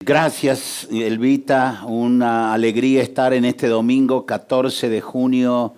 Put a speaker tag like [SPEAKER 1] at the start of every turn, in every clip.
[SPEAKER 1] Gracias, Elvita. Una alegría estar en este domingo 14 de junio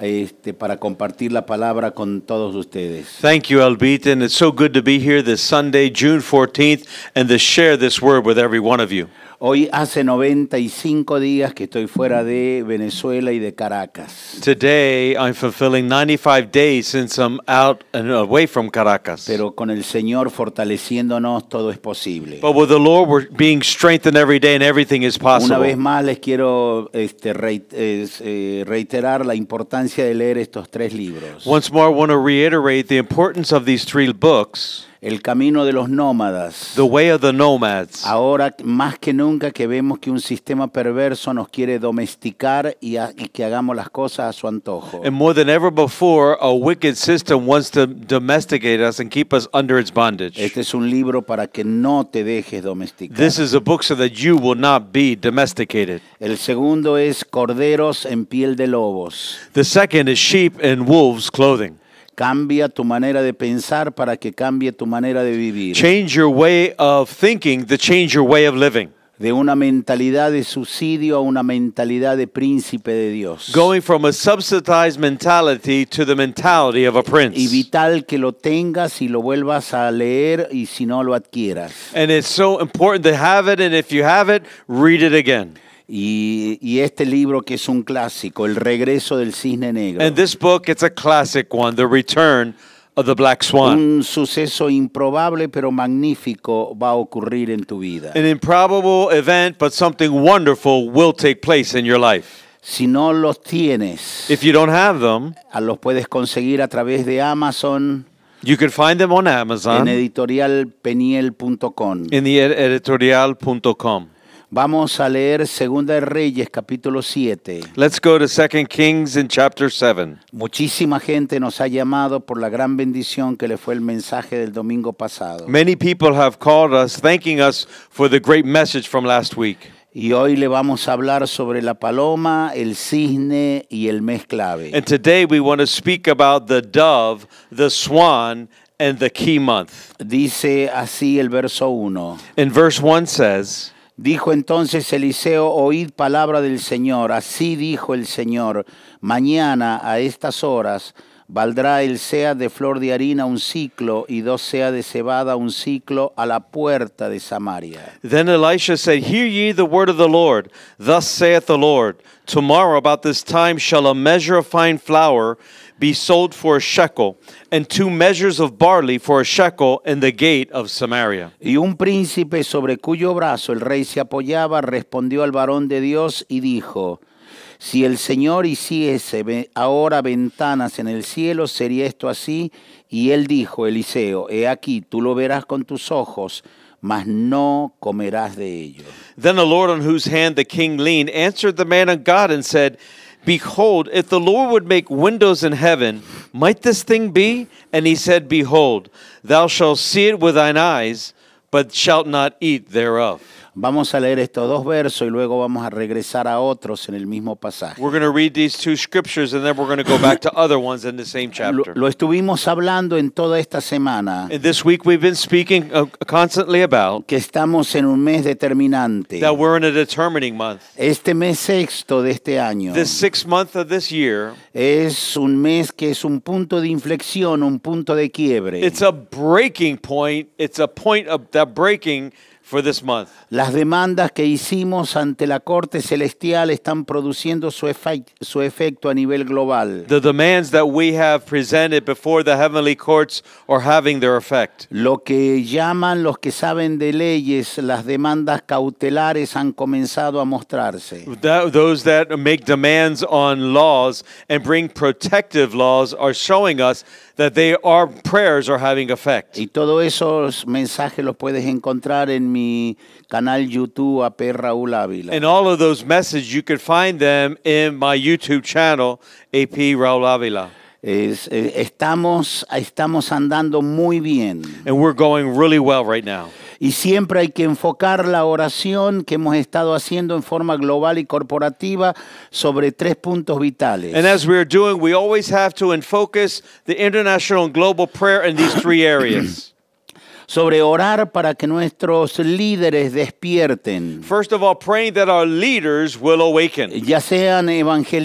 [SPEAKER 1] este, para compartir la palabra con todos ustedes.
[SPEAKER 2] Thank you, Elbita, and it's so good to be here this Sunday, June 14th, and to share this word with every one of you.
[SPEAKER 1] Hoy hace 95 días que estoy fuera de Venezuela y de Caracas,
[SPEAKER 2] Today, I'm fulfilling 95 days since I'm out and away from Caracas.
[SPEAKER 1] pero con el Señor fortaleciéndonos todo es posible.
[SPEAKER 2] But with the Lord, we're being strengthened every day, and everything is
[SPEAKER 1] Una vez
[SPEAKER 2] possible.
[SPEAKER 1] más les quiero este, reit- es, eh, reiterar la importancia de leer estos tres libros.
[SPEAKER 2] Once more, I want to reiterate the importance of these three books
[SPEAKER 1] El camino de los nómadas.
[SPEAKER 2] The Way of the Nomads.
[SPEAKER 1] Ahora más que nunca que vemos que un sistema perverso nos quiere domesticar y, ha- y que hagamos las cosas a su antojo.
[SPEAKER 2] And more than ever before, a wicked system wants to domesticate us and keep us under its bondage.
[SPEAKER 1] Este es un libro para que no te dejes domesticar.
[SPEAKER 2] This is a book so that you will not be domesticated.
[SPEAKER 1] El segundo es Corderos en piel de lobos.
[SPEAKER 2] The second is sheep and wolves' clothing.
[SPEAKER 1] Cambia tu manera de pensar para que cambie tu manera de vivir.
[SPEAKER 2] Change your way of thinking to change your way of living.
[SPEAKER 1] de una mentalidad de subsidio a una mentalidad de príncipe de Dios.
[SPEAKER 2] Going from a subsidized mentality to the mentality of a
[SPEAKER 1] y
[SPEAKER 2] prince.
[SPEAKER 1] vital que lo tengas y lo vuelvas a leer y si no lo adquieras.
[SPEAKER 2] And it's so important to have it, and if you have it, read it again.
[SPEAKER 1] Y, y este libro que es un clásico, El regreso del cisne negro.
[SPEAKER 2] And this book, it's a classic one The Return of the Black Swan.
[SPEAKER 1] Un suceso improbable pero magnífico va a ocurrir en tu vida.
[SPEAKER 2] An improbable event, but something wonderful will take place in your life.
[SPEAKER 1] Si no los tienes,
[SPEAKER 2] If you don't have them,
[SPEAKER 1] a- los puedes conseguir a través de Amazon
[SPEAKER 2] you can find them on
[SPEAKER 1] en
[SPEAKER 2] Amazon.
[SPEAKER 1] editorialpeniel.com.
[SPEAKER 2] in the ed- editorial.com.
[SPEAKER 1] Vamos a leer Segunda de Reyes capítulo 7.
[SPEAKER 2] Let's go to 2 Kings in chapter 7.
[SPEAKER 1] Muchísima gente nos ha llamado por la gran bendición que le fue el mensaje del domingo pasado.
[SPEAKER 2] Many people have called us thanking us for the great message from last week.
[SPEAKER 1] Y hoy le vamos a hablar sobre la paloma, el cisne y el mes clave.
[SPEAKER 2] And today we want to speak about the dove, the swan, and the key month.
[SPEAKER 1] Dice así el verso 1.
[SPEAKER 2] And verse 1 says,
[SPEAKER 1] Dijo entonces Eliseo, oíd palabra del Señor. Así dijo el Señor, mañana a estas horas valdrá el sea de flor de harina un ciclo y dos sea de cebada un ciclo a la puerta de Samaria.
[SPEAKER 2] Then Elisha said, Hear ye the word of the Lord. Thus saith the Lord, Tomorrow about this time shall a measure of fine flour be sold for a shekel, and two measures of barley for a shekel in the gate of Samaria.
[SPEAKER 1] Y un príncipe sobre cuyo brazo el rey se apoyaba respondió al varón de Dios y dijo, si el Señor hiciese ve- ahora ventanas en el cielo, sería esto así. Y él dijo, Eliseo, he aquí, tú lo verás con tus ojos, mas no comerás de ello.
[SPEAKER 2] Then the Lord on whose hand the king leaned answered the man of God and said, Behold, if the Lord would make windows in heaven, might this thing be? And he said, Behold, thou shalt see it with thine eyes, but shalt not eat thereof.
[SPEAKER 1] Vamos a leer estos dos versos y luego vamos a regresar a otros en el mismo pasaje.
[SPEAKER 2] We're going to read these two scriptures and then we're going to go back to other ones in the same
[SPEAKER 1] Lo,
[SPEAKER 2] chapter.
[SPEAKER 1] lo estuvimos hablando en toda esta semana,
[SPEAKER 2] And this week we've been speaking uh, constantly about
[SPEAKER 1] que estamos en un mes determinante.
[SPEAKER 2] that we're in a determining month.
[SPEAKER 1] Este mes sexto de este año
[SPEAKER 2] This sixth month of this year,
[SPEAKER 1] es un mes que es un punto de inflexión, un punto de quiebre.
[SPEAKER 2] it's a breaking point. It's a point of that breaking for this month.
[SPEAKER 1] Las demandas que hicimos ante la Corte Celestial están produciendo su, efec- su efecto a nivel global.
[SPEAKER 2] The demands that we have presented before the heavenly courts are having their effect.
[SPEAKER 1] Lo que llaman los que saben de leyes, las demandas cautelares han comenzado a mostrarse.
[SPEAKER 2] That, those that make demands on laws and bring protective laws are showing us that they, our prayers are having effect.
[SPEAKER 1] Y todos esos mensajes los puedes encontrar en mi canal YouTube AP Raúl Ávila.
[SPEAKER 2] And all of those messages, you could find them in my YouTube channel, AP Raul Avila.
[SPEAKER 1] Es- eh, estamos, estamos andando muy bien.
[SPEAKER 2] And we're going really well right now.
[SPEAKER 1] Y siempre hay que enfocar la oración que hemos estado haciendo en forma global y corporativa sobre tres puntos vitales.
[SPEAKER 2] And as we're doing, we always have to and focus the international and global prayer in these three areas.
[SPEAKER 1] sobre orar para que nuestros líderes despierten,
[SPEAKER 2] First of all, praying that our leaders will awaken,
[SPEAKER 1] ya sean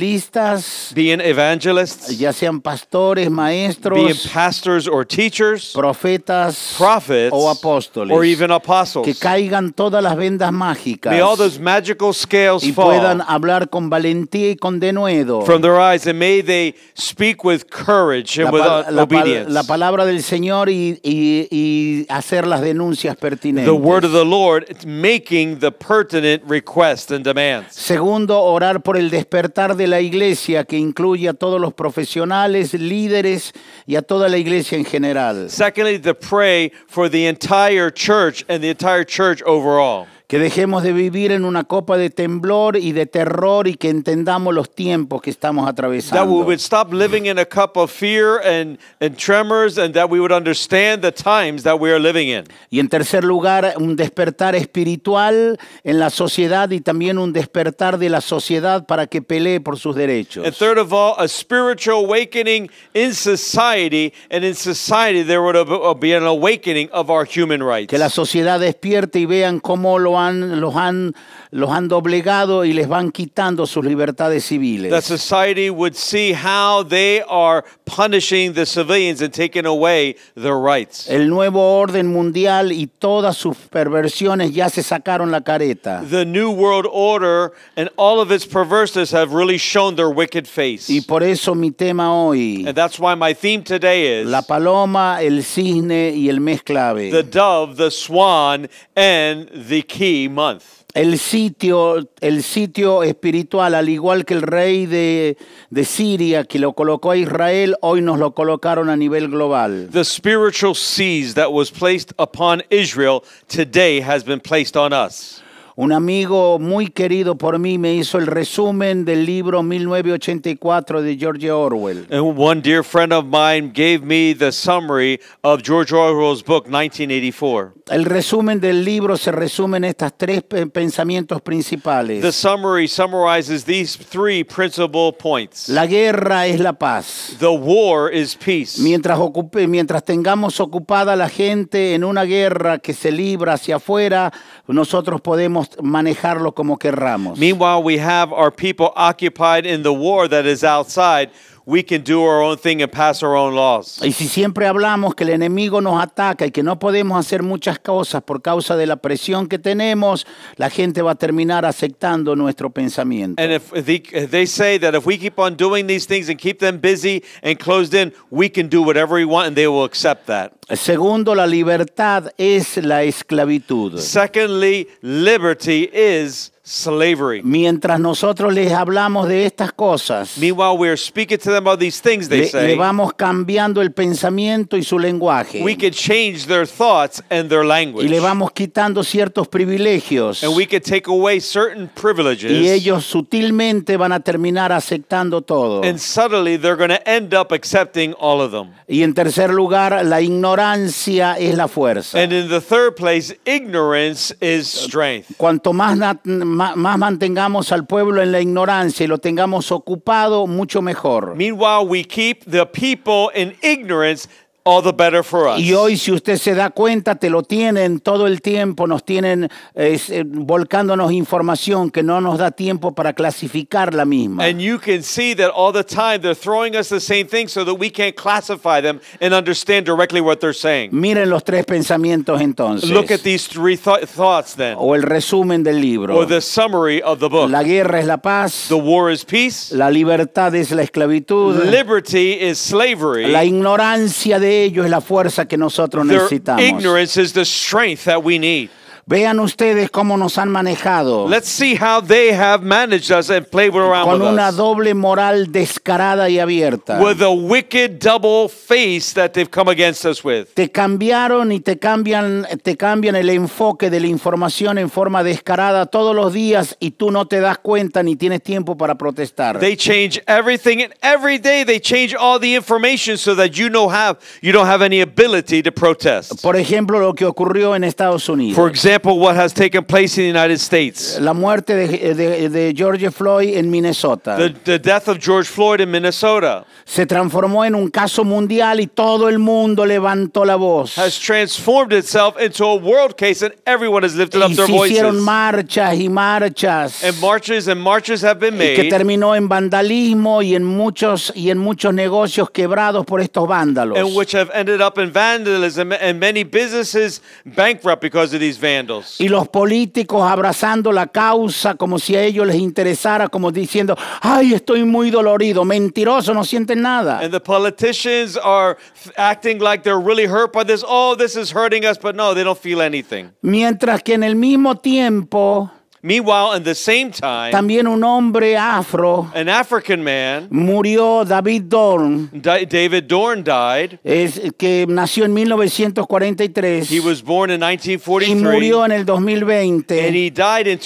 [SPEAKER 1] evangelistas,
[SPEAKER 2] being evangelists,
[SPEAKER 1] ya sean pastores,
[SPEAKER 2] being
[SPEAKER 1] maestros,
[SPEAKER 2] pastors or teachers,
[SPEAKER 1] profetas
[SPEAKER 2] prophets,
[SPEAKER 1] o apóstoles,
[SPEAKER 2] or even
[SPEAKER 1] que
[SPEAKER 2] apostles.
[SPEAKER 1] caigan todas las vendas mágicas
[SPEAKER 2] May all those magical scales
[SPEAKER 1] y puedan
[SPEAKER 2] fall
[SPEAKER 1] hablar con valentía y con denuedo.
[SPEAKER 2] from their eyes, and may they speak with courage and
[SPEAKER 1] La,
[SPEAKER 2] with
[SPEAKER 1] pa-
[SPEAKER 2] uh,
[SPEAKER 1] la pa-
[SPEAKER 2] obedience.
[SPEAKER 1] la palabra del Señor y, y- y hacer las denuncias pertinentes.
[SPEAKER 2] the word of the Lord, it's making the pertinent requests and demands.
[SPEAKER 1] Segundo, orar por el despertar de la iglesia que incluye a todos los profesionales, líderes y a toda la iglesia en general.
[SPEAKER 2] Secondly, to pray for the entire church and the entire church overall.
[SPEAKER 1] Que dejemos de vivir en una copa de temblor y de terror y que entendamos los tiempos que estamos
[SPEAKER 2] That we
[SPEAKER 1] atravesando.
[SPEAKER 2] would stop living in a cup of fear and, and tremors, and that we would understand the times that we are living in.
[SPEAKER 1] Y en tercer lugar, un despertar espiritual en la sociedad y también un despertar de la sociedad para que pelee por sus derechos.
[SPEAKER 2] And third of all, a spiritual awakening in society, and in society there would ab- be an awakening of our human rights.
[SPEAKER 1] Que la sociedad despierte y vean cómo lo han, los, han, los han doblegado y les van quitando sus libertades civiles.
[SPEAKER 2] That society would see how they are punishing the civilians and taking away their rights.
[SPEAKER 1] El nuevo orden mundial y todas sus perversiones ya se sacaron la careta.
[SPEAKER 2] The New World Order and all of its perverseness have really shown their wicked face.
[SPEAKER 1] Y por eso mi tema hoy,
[SPEAKER 2] And that's why my theme today is
[SPEAKER 1] la paloma, el cisne y el mes clave.
[SPEAKER 2] the dove, the swan, and the key month.
[SPEAKER 1] El sitio, el sitio espiritual, al igual que el rey de, de Siria que lo colocó a Israel, hoy nos lo colocaron a nivel global.
[SPEAKER 2] The spiritual seas that was placed upon Israel today has been placed on us.
[SPEAKER 1] Un amigo muy querido por mí me hizo el resumen del libro 1984 de George Orwell.
[SPEAKER 2] And one dear friend of mine gave me the summary of George Orwell's book 1984.
[SPEAKER 1] El resumen del libro se resume en estos tres pe- pensamientos
[SPEAKER 2] The
[SPEAKER 1] principales.
[SPEAKER 2] summary summarizes these three principal points.
[SPEAKER 1] La guerra es la paz.
[SPEAKER 2] The war is peace.
[SPEAKER 1] Mientras, ocupe- mientras tengamos ocupada la gente en una guerra que se libra hacia afuera, nosotros podemos manejarlo como querramos.
[SPEAKER 2] Meanwhile, we have our people occupied in the war that is outside. We can do our own thing and pass our own laws.
[SPEAKER 1] Y si siempre hablamos que el enemigo nos ataca y que no podemos hacer muchas cosas por causa de la presión que tenemos, la gente va a terminar aceptando nuestro pensamiento.
[SPEAKER 2] And if they, if they say that if we keep on doing these things and keep them busy and closed in, we can do whatever we want and they will accept that.
[SPEAKER 1] Segundo, la libertad es la esclavitud.
[SPEAKER 2] Secondly, liberty is slavery.
[SPEAKER 1] Mientras nosotros les hablamos de estas cosas,
[SPEAKER 2] Meanwhile, we are speaking to them about these things, they
[SPEAKER 1] le, le
[SPEAKER 2] say.
[SPEAKER 1] vamos cambiando el pensamiento y su lenguaje.
[SPEAKER 2] We could change their thoughts and their
[SPEAKER 1] Y
[SPEAKER 2] language.
[SPEAKER 1] le vamos quitando ciertos privilegios.
[SPEAKER 2] And we could take away certain privileges.
[SPEAKER 1] Y ellos sutilmente van a terminar aceptando todo.
[SPEAKER 2] And suddenly they're going to end up accepting all of them.
[SPEAKER 1] Y en tercer lugar, la ignorancia es la fuerza.
[SPEAKER 2] And in the third place, ignorance is
[SPEAKER 1] Uh,
[SPEAKER 2] strength.
[SPEAKER 1] Cuanto más, na- ma- más mantengamos al pueblo en la ignorancia y lo tengamos ocupado, mucho mejor.
[SPEAKER 2] Meanwhile, we keep the people in ignorance, all the better for us.
[SPEAKER 1] Y hoy, si usted se da cuenta, te lo tienen todo el tiempo, nos tienen eh, eh, volcándonos información que no nos da tiempo para clasificar la misma.
[SPEAKER 2] And you can see that all the time they're throwing us the same thing so that we can't classify them and understand directly what they're saying.
[SPEAKER 1] Miren los tres pensamientos entonces,
[SPEAKER 2] Look at these three thou- thoughts then,
[SPEAKER 1] o el resumen del libro.
[SPEAKER 2] or the summary of the book.
[SPEAKER 1] La guerra es la paz,
[SPEAKER 2] The war is peace,
[SPEAKER 1] la libertad es la esclavitud,
[SPEAKER 2] liberty is
[SPEAKER 1] la
[SPEAKER 2] slavery,
[SPEAKER 1] ignorancia de ellos es la fuerza que nosotros
[SPEAKER 2] their
[SPEAKER 1] necesitamos.
[SPEAKER 2] ignorance is the strength that we need.
[SPEAKER 1] Vean ustedes cómo nos han manejado
[SPEAKER 2] Let's see how they have managed us and played around
[SPEAKER 1] con
[SPEAKER 2] with
[SPEAKER 1] una
[SPEAKER 2] us.
[SPEAKER 1] doble moral descarada y abierta.
[SPEAKER 2] With a wicked double face that they've come against us with.
[SPEAKER 1] Te cambiaron y te cambian, te cambian el enfoque de la información en forma descarada todos los días y tú no te das cuenta ni tienes tiempo para protestar.
[SPEAKER 2] They change everything, and every day they change all the information so that you don't have you don't have any ability to protest.
[SPEAKER 1] Por ejemplo, lo que ocurrió en Estados Unidos.
[SPEAKER 2] For example, what has taken place in the United States,
[SPEAKER 1] la muerte de, de- de George Floyd en Minnesota
[SPEAKER 2] the, the death of George Floyd in Minnesota,
[SPEAKER 1] se transformó en un caso mundial y todo el mundo levantó la voz.
[SPEAKER 2] has transformed itself into a world case, and everyone has lifted up
[SPEAKER 1] Y
[SPEAKER 2] their
[SPEAKER 1] se hicieron
[SPEAKER 2] voices.
[SPEAKER 1] marchas y marchas.
[SPEAKER 2] And marches and marches have been
[SPEAKER 1] y que
[SPEAKER 2] made.
[SPEAKER 1] terminó en vandalismo y en muchos y en muchos negocios quebrados por estos vándalos.
[SPEAKER 2] and which have ended up in vandalism and many businesses bankrupt because of these vandals.
[SPEAKER 1] Y los políticos abrazando la causa como si a ellos les interesara, como diciendo, ay, estoy muy dolorido, mentiroso, no sienten nada.
[SPEAKER 2] And the politicians are f- acting like they're really hurt by this. Oh, this is hurting us, but no, they don't feel anything.
[SPEAKER 1] Mientras que en el mismo tiempo,
[SPEAKER 2] Meanwhile, in the same time,
[SPEAKER 1] también un hombre afro
[SPEAKER 2] an African man,
[SPEAKER 1] murió, David Dorn,
[SPEAKER 2] Di- David Dorn, died.
[SPEAKER 1] es, que nació en 1943
[SPEAKER 2] He was born in
[SPEAKER 1] y murió en
[SPEAKER 2] 1943,
[SPEAKER 1] el
[SPEAKER 2] and
[SPEAKER 1] 2020
[SPEAKER 2] he died in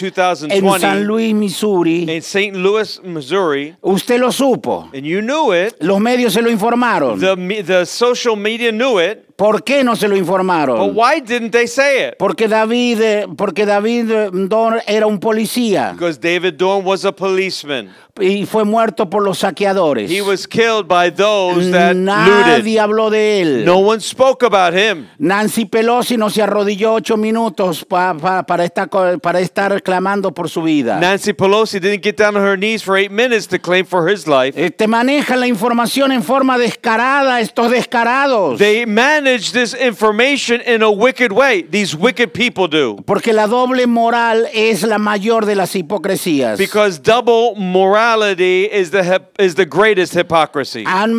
[SPEAKER 1] en San
[SPEAKER 2] 2020
[SPEAKER 1] Luis, Missouri.
[SPEAKER 2] in St. Louis, Missouri.
[SPEAKER 1] Usted lo supo.
[SPEAKER 2] And you knew it.
[SPEAKER 1] Los medios se lo informaron.
[SPEAKER 2] The, me- the social media knew it.
[SPEAKER 1] ¿Por qué no se lo
[SPEAKER 2] But
[SPEAKER 1] informaron?
[SPEAKER 2] why didn't they say it?
[SPEAKER 1] Porque David, eh, porque David eh, Dorn era un policía
[SPEAKER 2] Because David Dorn was a policeman.
[SPEAKER 1] y fue muerto por los saqueadores.
[SPEAKER 2] He was killed by those that
[SPEAKER 1] Nadie
[SPEAKER 2] looted.
[SPEAKER 1] habló de él.
[SPEAKER 2] No one spoke about him.
[SPEAKER 1] Nancy Pelosi no se arrodilló ocho minutos pa- pa- para, estar, co- para estar clamando por su vida.
[SPEAKER 2] Nancy Pelosi didn't get down on her knees for eight minutes to claim for his life.
[SPEAKER 1] Eh, te manejan la información en forma descarada, estos descarados.
[SPEAKER 2] They manage this information in a wicked way. These wicked people do.
[SPEAKER 1] Porque la doble moral es la mayor de las hipocresías.
[SPEAKER 2] Because double morality is the hip, is the greatest hypocrisy.
[SPEAKER 1] han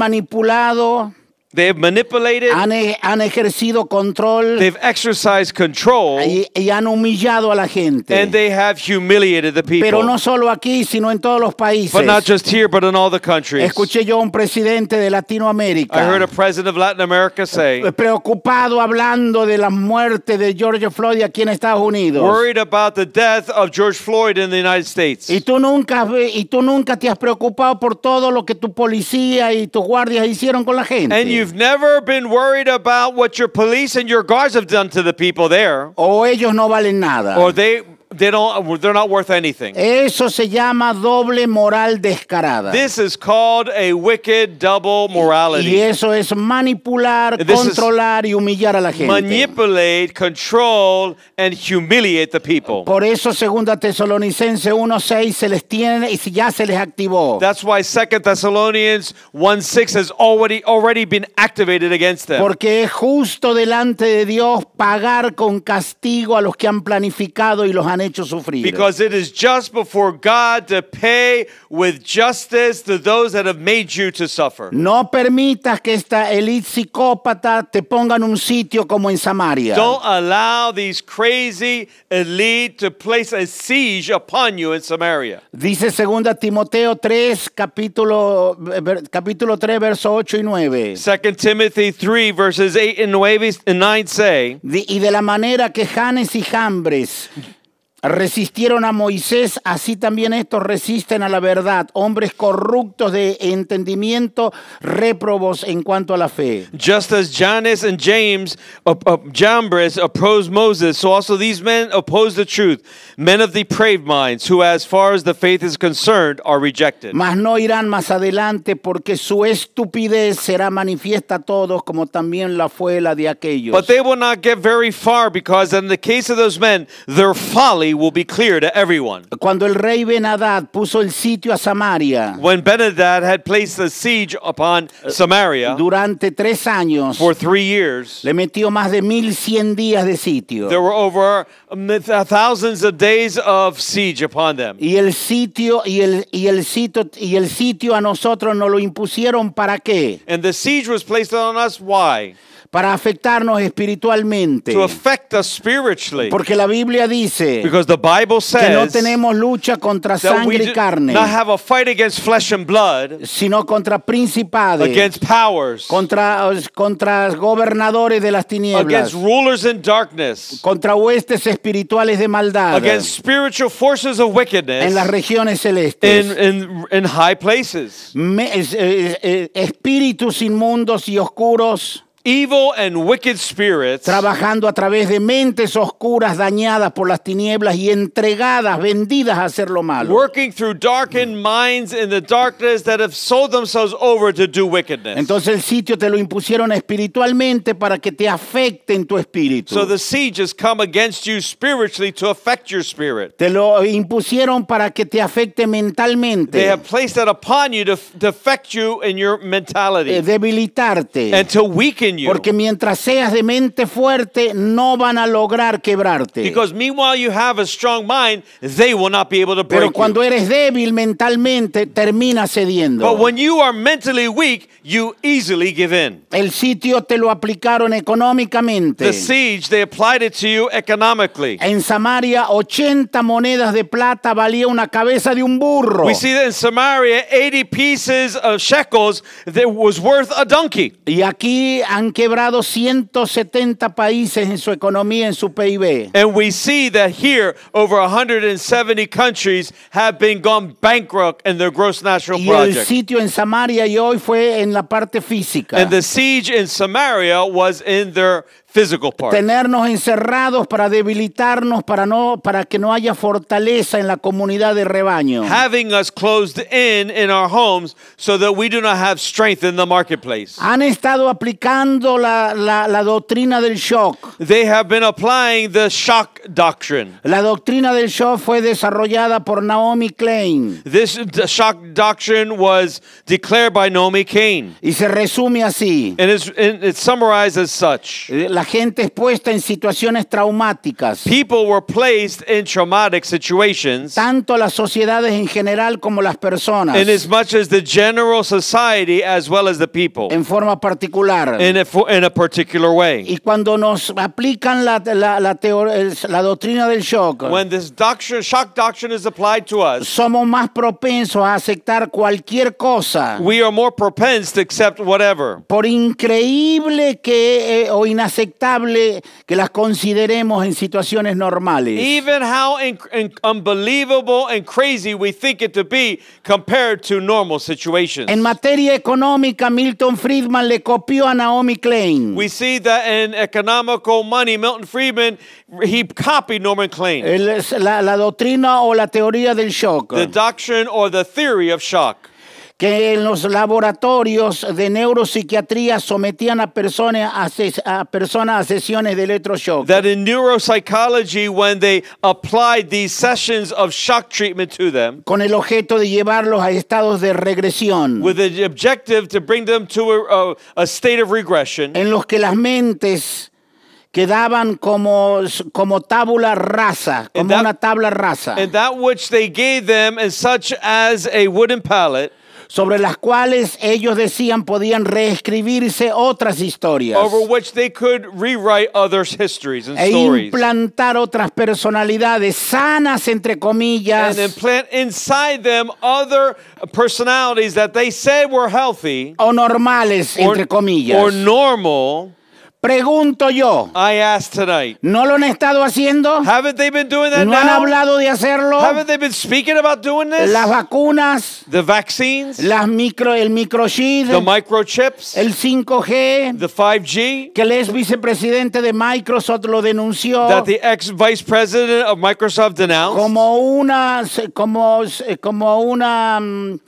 [SPEAKER 1] manipulado,
[SPEAKER 2] They have manipulated.
[SPEAKER 1] han, e- han ejercido control.
[SPEAKER 2] They've exercised control,
[SPEAKER 1] y, y han humillado a la gente.
[SPEAKER 2] and they have humiliated the
[SPEAKER 1] Pero
[SPEAKER 2] people.
[SPEAKER 1] no solo aquí, sino en todos los países.
[SPEAKER 2] But not just here, but in all the countries.
[SPEAKER 1] Escuché yo a un presidente de
[SPEAKER 2] I heard
[SPEAKER 1] Latinoamérica
[SPEAKER 2] a president of Latin America say.
[SPEAKER 1] Eh, preocupado hablando de la muerte de George Floyd aquí en Estados Unidos.
[SPEAKER 2] worried about the death of George Floyd in the United States.
[SPEAKER 1] Y tú nunca has ve- y tú nunca te has preocupado por todo lo que tu policía y tus guardias hicieron con la
[SPEAKER 2] And
[SPEAKER 1] gente.
[SPEAKER 2] you've never been worried about what your police and your guards have done to the people there,
[SPEAKER 1] O ellos no valen nada.
[SPEAKER 2] or they they don't they're not worth anything.
[SPEAKER 1] Eso se llama doble moral descarada.
[SPEAKER 2] This is called a wicked double
[SPEAKER 1] Y
[SPEAKER 2] morality.
[SPEAKER 1] eso es manipular,
[SPEAKER 2] This is-
[SPEAKER 1] controlar y humillar a la gente.
[SPEAKER 2] Manipulate, control, and humiliate the people.
[SPEAKER 1] Por eso segunda Tesalonicense 1:6 se les tiene y si ya se les activó.
[SPEAKER 2] That's why 2 Thessalonians 1 6 has already already been activated against them.
[SPEAKER 1] Porque es justo delante de Dios pagar con castigo a los que han planificado y los han hecho sufrir.
[SPEAKER 2] Because it is just before God to pay with justice to those that have made you to suffer.
[SPEAKER 1] No permitas que esta élite psicópata te ponga en un sitio como en Samaria.
[SPEAKER 2] Don't allow these crazy elite to place a siege upon you in Samaria.
[SPEAKER 1] Dice 2 Timoteo 3, capítulo, eh, ver- capítulo 3, verso 8 y 9.
[SPEAKER 2] 2 Timothy 3, verses 8 and 9 and 9 say,
[SPEAKER 1] Di- y de la manera que Janes y Jambres resistieron a Moisés, así también estos resisten a la verdad, hombres corruptos de entendimiento, réprobos en cuanto a la fe.
[SPEAKER 2] Just as Jannes and James, uh, uh, Jambres opposed Moses, so also these men oppose the truth, men of depraved minds, who, as far as the faith is concerned, are rejected.
[SPEAKER 1] Mas no irán más adelante porque su estupidez será manifiesta a todos como también la fue la de aquellos.
[SPEAKER 2] But they will not get very far because, in the case of those men, their folly will be clear to everyone.
[SPEAKER 1] Cuando el rey Benadad puso el sitio a Samaria
[SPEAKER 2] When Benadad had placed a siege upon Samaria
[SPEAKER 1] durante tres años,
[SPEAKER 2] for three years,
[SPEAKER 1] le metió más de 1100 días de sitio.
[SPEAKER 2] there were over um, th- thousands of days of siege upon them.
[SPEAKER 1] Y el sitio y el y el sitio y el sitio a nosotros nos lo impusieron para qué?
[SPEAKER 2] And the siege was placed on us. Why?
[SPEAKER 1] Para afectarnos espiritualmente.
[SPEAKER 2] To affect us spiritually.
[SPEAKER 1] Porque la Biblia dice
[SPEAKER 2] Because the Bible
[SPEAKER 1] que no
[SPEAKER 2] says
[SPEAKER 1] tenemos lucha contra
[SPEAKER 2] that we
[SPEAKER 1] sangre y
[SPEAKER 2] do
[SPEAKER 1] carne,
[SPEAKER 2] not have a fight against flesh and blood,
[SPEAKER 1] sino contra principados,
[SPEAKER 2] against powers,
[SPEAKER 1] contra contra gobernadores de las
[SPEAKER 2] against
[SPEAKER 1] tinieblas,
[SPEAKER 2] rulers in darkness,
[SPEAKER 1] contra huestes espirituales de maldad
[SPEAKER 2] against spiritual forces of wickedness
[SPEAKER 1] en las regiones
[SPEAKER 2] in,
[SPEAKER 1] celestes.
[SPEAKER 2] in, in high places.
[SPEAKER 1] Me- es- eh, eh, espíritus inmundos y oscuros
[SPEAKER 2] Evil and wicked spirits
[SPEAKER 1] trabajando a través de mentes oscuras dañadas por las tinieblas y entregadas, vendidas a hacer lo malo.
[SPEAKER 2] working through darkened minds in the darkness that have sold themselves over to do wickedness.
[SPEAKER 1] Entonces el sitio te lo impusieron espiritualmente para que te afecte en tu espíritu.
[SPEAKER 2] so the siege has come against you spiritually to affect your spirit.
[SPEAKER 1] Te lo impusieron para que te afecte
[SPEAKER 2] They
[SPEAKER 1] mentalmente,
[SPEAKER 2] have placed that upon you to, to affect you in your mentality.
[SPEAKER 1] eh, debilitarte.
[SPEAKER 2] and to weaken you.
[SPEAKER 1] Porque mientras seas de mente fuerte, no van a lograr quebrarte.
[SPEAKER 2] because meanwhile you have a strong mind, they will not be able to break
[SPEAKER 1] Pero cuando
[SPEAKER 2] you.
[SPEAKER 1] eres débil mentalmente, terminas cediendo.
[SPEAKER 2] But when you are mentally weak, you easily give in.
[SPEAKER 1] El sitio te lo aplicaron económicamente.
[SPEAKER 2] The siege, they applied it to you economically.
[SPEAKER 1] En Samaria, 80 monedas de plata valía una cabeza de un burro.
[SPEAKER 2] We see that in Samaria, 80 pieces of shekels that was worth a donkey.
[SPEAKER 1] Y aquí han quebrado 170 países en su economía, en su PIB.
[SPEAKER 2] And we see that here, over 170 countries have been gone bankrupt in their gross national
[SPEAKER 1] Y el
[SPEAKER 2] project.
[SPEAKER 1] sitio en Samaria y hoy fue en la parte física.
[SPEAKER 2] And the siege in Samaria was in their physical part.
[SPEAKER 1] Tenernos encerrados para debilitarnos, para, no, para que no haya fortaleza en la comunidad de rebaño.
[SPEAKER 2] having us closed in in our homes so that we do not have strength in the marketplace.
[SPEAKER 1] Han estado aplicando la- la- la doctrina del shock.
[SPEAKER 2] They have been applying the shock doctrine.
[SPEAKER 1] La doctrina del shock fue desarrollada por Naomi Klein
[SPEAKER 2] This d- shock doctrine was declared by Naomi Cain
[SPEAKER 1] y se resume así.
[SPEAKER 2] and it's, and it's summarized as such.
[SPEAKER 1] Eh, La gente expuesta en situaciones traumáticas,
[SPEAKER 2] People were placed in traumatic situations
[SPEAKER 1] tanto las sociedades en general como las personas,
[SPEAKER 2] in as much as the general society as well as the people
[SPEAKER 1] en forma particular.
[SPEAKER 2] in a, fo- in a particular way.
[SPEAKER 1] Y cuando nos aplican la, la- la teo- el- la doctrina del shock,
[SPEAKER 2] When this doctrine, shock doctrine is applied to us,
[SPEAKER 1] somos más propensos a aceptar cualquier cosa,
[SPEAKER 2] we are more propense to accept whatever.
[SPEAKER 1] por increíble que, eh, o inaceptable que las consideremos en situaciones normales.
[SPEAKER 2] Even how in- in- unbelievable and crazy we think it to be compared to normal situations.
[SPEAKER 1] En materia económica, Milton Friedman le copió a Naomi Klein.
[SPEAKER 2] we see that in economical money, Milton Friedman, he copied Norman Klein,
[SPEAKER 1] El- es la, la doctrina o la teoría del shock,
[SPEAKER 2] the doctrine or the theory of shock.
[SPEAKER 1] que en los laboratorios de neuropsiquiatría sometían a personas a, ses- a personas a sesiones de electroshock.
[SPEAKER 2] That in neuropsychology, when they applied these sessions of shock treatment to them,
[SPEAKER 1] con el objeto de llevarlos a estados de regresión,
[SPEAKER 2] with the objective to bring them to a, a- a state of regression,
[SPEAKER 1] en los que las mentes quedaban como, como tabula rasa, como
[SPEAKER 2] that-
[SPEAKER 1] una tabla rasa,
[SPEAKER 2] and that which they gave them, and such as a wooden pallet,
[SPEAKER 1] sobre las cuales ellos decían podían reescribirse otras historias
[SPEAKER 2] over which they could rewrite others' histories and
[SPEAKER 1] e
[SPEAKER 2] stories,
[SPEAKER 1] implantar otras personalidades sanas, entre comillas,
[SPEAKER 2] and implant inside them other personalities that they said were healthy
[SPEAKER 1] o normales,
[SPEAKER 2] or,
[SPEAKER 1] entre comillas.
[SPEAKER 2] or normal.
[SPEAKER 1] Pregunto yo,
[SPEAKER 2] I asked tonight,
[SPEAKER 1] ¿no lo han estado haciendo?
[SPEAKER 2] haven't they been doing that
[SPEAKER 1] ¿No han
[SPEAKER 2] now?
[SPEAKER 1] hablado de hacerlo?
[SPEAKER 2] Haven't they been speaking about doing this?
[SPEAKER 1] Las vacunas,
[SPEAKER 2] the vaccines,
[SPEAKER 1] las micro, el microchip,
[SPEAKER 2] the microchips,
[SPEAKER 1] el 5G,
[SPEAKER 2] the 5G.
[SPEAKER 1] que el ex vicepresidente de Microsoft lo denunció
[SPEAKER 2] that the ex vice president of Microsoft denounced
[SPEAKER 1] como una como como una mm,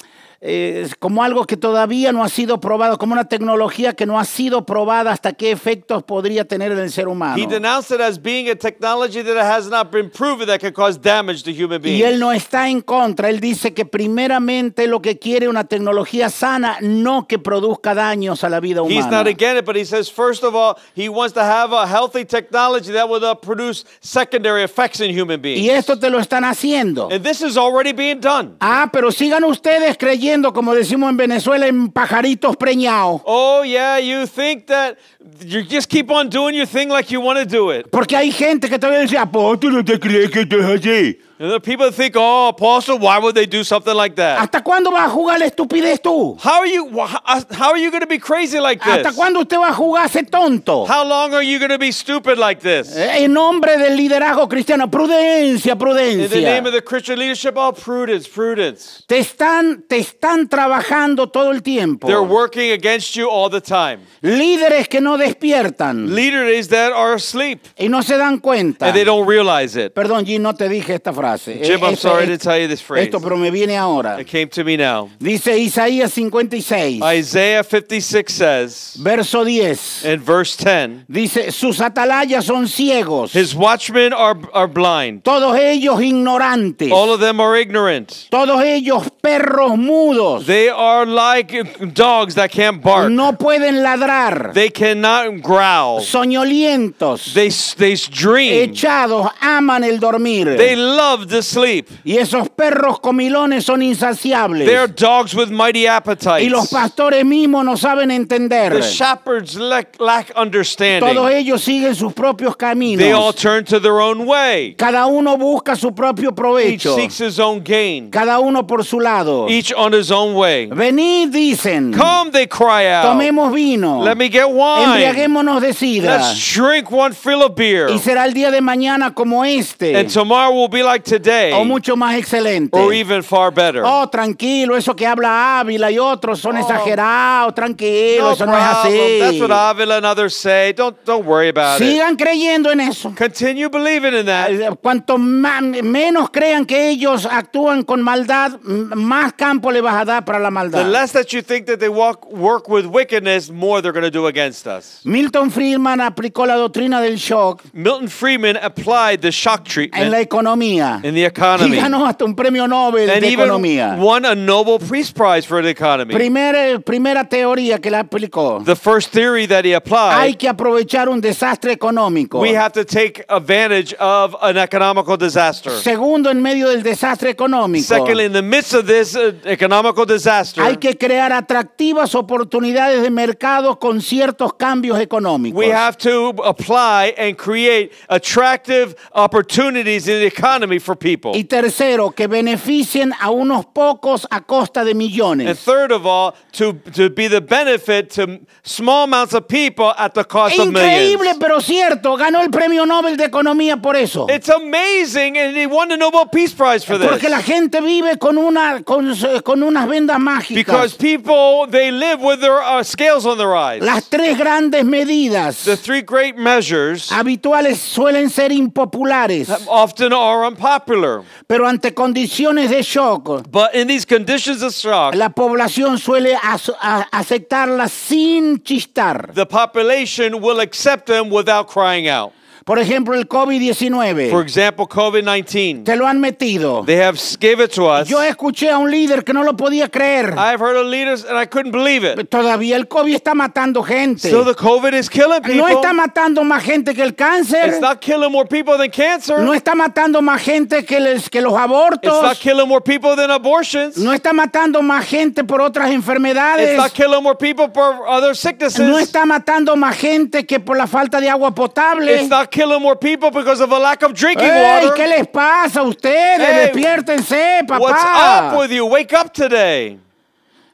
[SPEAKER 1] eh, como algo que todavía no ha sido probado, como una tecnología que no ha sido probada hasta qué efectos podría tener en el ser humano.
[SPEAKER 2] He denounced it as being a technology that has not been proven that could cause damage to human beings.
[SPEAKER 1] Y él no está en contra, él dice que primeramente lo que quiere una tecnología sana, no que produzca daños a la vida
[SPEAKER 2] He's
[SPEAKER 1] humana.
[SPEAKER 2] not against it, but he says, first of all, he wants to have a healthy technology that will not produce secondary effects in human beings.
[SPEAKER 1] Y esto te lo están haciendo.
[SPEAKER 2] And this is already being done.
[SPEAKER 1] Ah, pero sigan ustedes creyendo, como decimos en Venezuela, en pajaritos preñados.
[SPEAKER 2] Oh, yeah, you think that you just keep on doing your thing like you want to do it.
[SPEAKER 1] Porque hay gente que todavía dice, "Apo, tú no te crees que esto es así?
[SPEAKER 2] And the people think, oh, Apostle, why would they do something like that?
[SPEAKER 1] ¿Hasta cuándo vas a jugar la estupidez tú?
[SPEAKER 2] How are you, wh- how are you going to be crazy like
[SPEAKER 1] ¿Hasta
[SPEAKER 2] this?
[SPEAKER 1] cuándo usted va a jugar ese tonto?
[SPEAKER 2] How long are you going to be stupid like this?
[SPEAKER 1] Eh, En nombre del liderazgo cristiano, prudencia,
[SPEAKER 2] In the
[SPEAKER 1] prudencia.
[SPEAKER 2] name of the Christian leadership, oh, prudence, prudence.
[SPEAKER 1] Te están, te están trabajando todo el tiempo.
[SPEAKER 2] They're working against you all the time.
[SPEAKER 1] Líderes que no despiertan
[SPEAKER 2] Leaders that are asleep
[SPEAKER 1] y no se dan cuenta.
[SPEAKER 2] and they don't realize it.
[SPEAKER 1] Perdón, G, no te dije esta frase.
[SPEAKER 2] Jim,
[SPEAKER 1] Eh,
[SPEAKER 2] I'm
[SPEAKER 1] esto-
[SPEAKER 2] sorry to
[SPEAKER 1] esto-
[SPEAKER 2] tell you this phrase.
[SPEAKER 1] Esto, pero me viene ahora.
[SPEAKER 2] It came to me now.
[SPEAKER 1] Dice Isaías 56,
[SPEAKER 2] Isaiah 56 says
[SPEAKER 1] verso 10.
[SPEAKER 2] in verse 10
[SPEAKER 1] Dice, sus atalayas son ciegos,
[SPEAKER 2] His watchmen are, are blind,
[SPEAKER 1] todos ellos ignorantes,
[SPEAKER 2] all of them are ignorant.
[SPEAKER 1] todos ellos perros mudos,
[SPEAKER 2] They are like dogs that can't bark,
[SPEAKER 1] no pueden ladrar,
[SPEAKER 2] they cannot growl,
[SPEAKER 1] soñolientos,
[SPEAKER 2] they, s- they s- dream,
[SPEAKER 1] echados, aman el dormir.
[SPEAKER 2] they love to sleep.
[SPEAKER 1] Y esos perros comilones son
[SPEAKER 2] They are
[SPEAKER 1] insaciables.
[SPEAKER 2] dogs with mighty
[SPEAKER 1] Y los
[SPEAKER 2] appetites.
[SPEAKER 1] pastores mismos no saben entender.
[SPEAKER 2] The shepherds lack, lack
[SPEAKER 1] Todos
[SPEAKER 2] understanding.
[SPEAKER 1] ellos siguen sus propios
[SPEAKER 2] They all
[SPEAKER 1] caminos.
[SPEAKER 2] turn to their own way.
[SPEAKER 1] Cada uno busca su propio
[SPEAKER 2] Each
[SPEAKER 1] provecho.
[SPEAKER 2] seeks his own gain,
[SPEAKER 1] Cada uno por su lado.
[SPEAKER 2] each on his own way.
[SPEAKER 1] Venid, dicen.
[SPEAKER 2] Come, they cry out.
[SPEAKER 1] Tomemos vino.
[SPEAKER 2] Let me get wine.
[SPEAKER 1] Embriaguémonos de sidra.
[SPEAKER 2] Let's drink one fill of beer.
[SPEAKER 1] Y será el día de mañana como este.
[SPEAKER 2] And tomorrow will be like today,
[SPEAKER 1] o Oh, mucho más excelente.
[SPEAKER 2] or even far better. Oh.
[SPEAKER 1] Oh, tranquilo, eso que habla Ávila y otros son exagerados, tranquilo,
[SPEAKER 2] No
[SPEAKER 1] eso no es
[SPEAKER 2] problem. That's what
[SPEAKER 1] así.
[SPEAKER 2] Avila and others say. Don't, don't worry about it.
[SPEAKER 1] Sigan creyendo en eso.
[SPEAKER 2] Continue believing in that.
[SPEAKER 1] Eh, Cuanto ma- menos crean que ellos actúan con maldad, m- más campo le vas a dar para la
[SPEAKER 2] The
[SPEAKER 1] maldad.
[SPEAKER 2] less that you think that they walk, work with wickedness, more they're going to do against us.
[SPEAKER 1] Milton Friedman aplicó la doctrina del shock
[SPEAKER 2] Milton Friedman applied the shock
[SPEAKER 1] en la
[SPEAKER 2] treatment
[SPEAKER 1] economía.
[SPEAKER 2] in the
[SPEAKER 1] Y
[SPEAKER 2] economy
[SPEAKER 1] ganó hasta un premio Nobel
[SPEAKER 2] and
[SPEAKER 1] de
[SPEAKER 2] even
[SPEAKER 1] economía.
[SPEAKER 2] won a Nobel Peace Prize for the economy.
[SPEAKER 1] Primera, primera teoría que la aplicó.
[SPEAKER 2] The first theory that he
[SPEAKER 1] Hay
[SPEAKER 2] applied,
[SPEAKER 1] que aprovechar un desastre económico.
[SPEAKER 2] we have to take advantage of an economical disaster.
[SPEAKER 1] Segundo, en medio del desastre económico.
[SPEAKER 2] Secondly, in the midst of this uh, economical disaster,
[SPEAKER 1] Hay que crear atractivas oportunidades de mercado con ciertos cambios económicos.
[SPEAKER 2] we have to apply and create attractive opportunities in the economy for people.
[SPEAKER 1] Y tercero, que beneficien a unos pocos a costa de
[SPEAKER 2] And
[SPEAKER 1] millones.
[SPEAKER 2] third of all, to, to be the benefit to small amounts of people at the cost of
[SPEAKER 1] Increíble,
[SPEAKER 2] millions.
[SPEAKER 1] pero cierto. Ganó el premio Nobel de Economía por eso.
[SPEAKER 2] It's amazing, and he won the Nobel Peace Prize for this.
[SPEAKER 1] Porque la gente vive con, una, con, con unas vendas
[SPEAKER 2] Because
[SPEAKER 1] mágicas.
[SPEAKER 2] people, they live with their uh, scales on their eyes.
[SPEAKER 1] Las tres grandes medidas
[SPEAKER 2] The three great measures
[SPEAKER 1] Ah. habituales suelen ser impopulares,
[SPEAKER 2] often are unpopular.
[SPEAKER 1] pero ante condiciones de shock,
[SPEAKER 2] But in these conditions of shock,
[SPEAKER 1] la población suele as- a- aceptarlas sin chistar.
[SPEAKER 2] the population will accept them without crying out.
[SPEAKER 1] Por ejemplo, el
[SPEAKER 2] For
[SPEAKER 1] COVID-19.
[SPEAKER 2] example, COVID 19.
[SPEAKER 1] Te lo han metido.
[SPEAKER 2] They have s- gave it to us.
[SPEAKER 1] Yo eh. escuché a un líder que no lo podía creer.
[SPEAKER 2] I've heard of leaders and I couldn't believe it.
[SPEAKER 1] Todavía el COVID está matando gente.
[SPEAKER 2] Still, the COVID is killing
[SPEAKER 1] eh. No
[SPEAKER 2] people.
[SPEAKER 1] está matando más gente que el
[SPEAKER 2] It's
[SPEAKER 1] cáncer.
[SPEAKER 2] not killing more people than cancer.
[SPEAKER 1] No está matando más gente que, les- que los
[SPEAKER 2] It's not
[SPEAKER 1] abortos.
[SPEAKER 2] killing more people than abortions.
[SPEAKER 1] No está matando más gente por otras
[SPEAKER 2] It's
[SPEAKER 1] enfermedades.
[SPEAKER 2] not killing more people for other sicknesses.
[SPEAKER 1] No está matando más gente que por la falta de agua potable.
[SPEAKER 2] It's not killing more people because of a lack of drinking
[SPEAKER 1] ¡Ey!
[SPEAKER 2] water.
[SPEAKER 1] ¿Qué les pasa a ustedes?
[SPEAKER 2] Ey,
[SPEAKER 1] Despiértense,
[SPEAKER 2] What's up
[SPEAKER 1] papá.
[SPEAKER 2] with you? Wake up today.